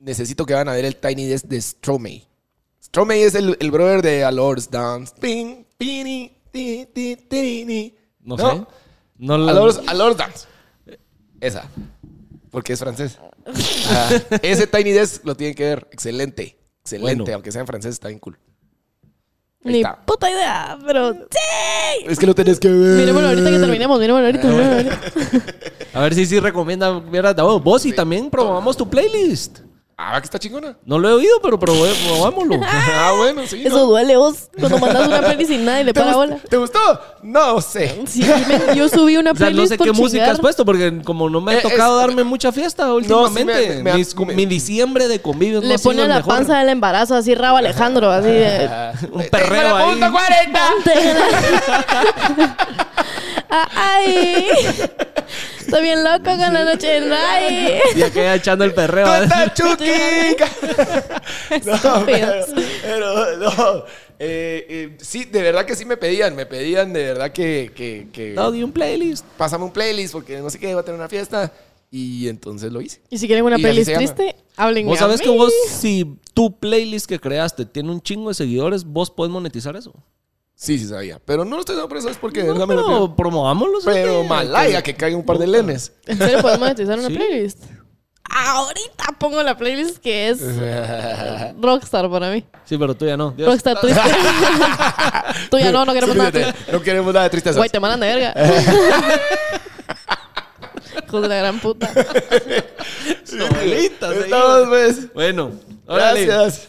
S3: Necesito que van a ver el Tiny Desk de Stromae. Stromae es el, el brother de Alors Dance. Ping, pini, ti, ti, tini.
S2: No sé. No la-
S3: Alors, Alors Dance. Esa. Porque es francés. Ah, ese Tiny Desk lo tienen que ver. Excelente. Excelente.
S2: Bueno.
S3: Aunque sea en francés, está bien cool. Ahí
S1: Ni
S3: está.
S1: puta idea, pero sí.
S3: Es que lo tenés que ver.
S1: Miremoslo ahorita que terminemos, miremoslo ahorita. miremoslo ahorita.
S2: A ver si sí recomienda mierda de vos. Vos y también probamos tu playlist.
S3: Ah, que está chingona.
S2: No lo he oído, pero probé- probámoslo.
S1: [laughs]
S3: Ah, bueno, sí.
S1: [laughs] Eso
S3: no.
S1: duele vos cuando mandas una playlist y nadie le
S3: ¿Te,
S1: para
S3: gust-
S1: bola.
S3: ¿Te gustó? No sé.
S1: Sí, me- yo subí una
S2: [laughs] O sea,
S1: playlist
S2: no sé
S1: por
S2: qué música pues, has
S1: chingar.
S2: puesto, porque como no me ha
S3: Eh, es-
S2: tocado darme mucha fiesta últimamente,
S3: me- me ha-
S2: mis-
S3: me-
S2: mi diciembre de convivios no
S1: Le
S2: ha sido
S1: pone a
S2: el
S1: la
S2: mejor.
S1: panza del embarazo así rabo Alejandro, así de...
S2: [laughs] un perreo
S3: Tengo la
S2: ahí.
S3: punto
S2: [laughs]
S3: 40.
S1: [laughs] Ah, ¡Ay! Estoy bien loco con la noche
S2: [laughs]
S1: en ay.
S2: Y acá echando el
S3: [laughs]
S2: perreo.
S3: ¿Dónde
S1: [laughs]
S3: está Chucky? no, pero,
S1: Estúpidos.
S3: pero, no. Eh, eh, sí, de verdad que sí me pedían. Me pedían de verdad que, que, que
S2: No, di un playlist.
S3: pásame un playlist porque no sé qué, iba a tener una fiesta. Y entonces lo hice.
S1: Y si quieren una
S3: Y así
S1: playlist
S3: se llama.
S1: triste, háblenme
S2: Vos
S1: a
S2: sabés
S1: mí.
S2: que vos, si tu playlist que creaste tiene un chingo de seguidores, vos podés monetizar eso.
S3: Sí, sí sabía. Pero no lo estoy dando por eso, es porque de
S2: No, pues,
S3: verdad me lo
S2: pero
S3: pidieron.
S2: promovámoslo.
S3: Pero
S2: gente.
S3: malaya que caiga un par de lenes.
S1: ¿En serio
S2: [laughs]
S1: podemos monetizar una
S2: Sí.
S1: playlist? Ahorita pongo la playlist que
S2: [laughs]
S1: es Rockstar para mí.
S2: Sí, pero tú ya no.
S3: Pues
S2: Dios.
S1: Rockstar
S2: [laughs]
S1: triste. Tú ya no, no
S3: [laughs]
S1: queremos nada.
S3: Suficiente. No queremos nada de tristeza.
S1: Güey, te mandan de
S2: [laughs]
S1: verga. [laughs] Hijos de la gran puta.
S2: Abuelita,
S3: Estamos,
S2: señor.
S3: pues.
S2: Bueno, órale.
S3: Gracias.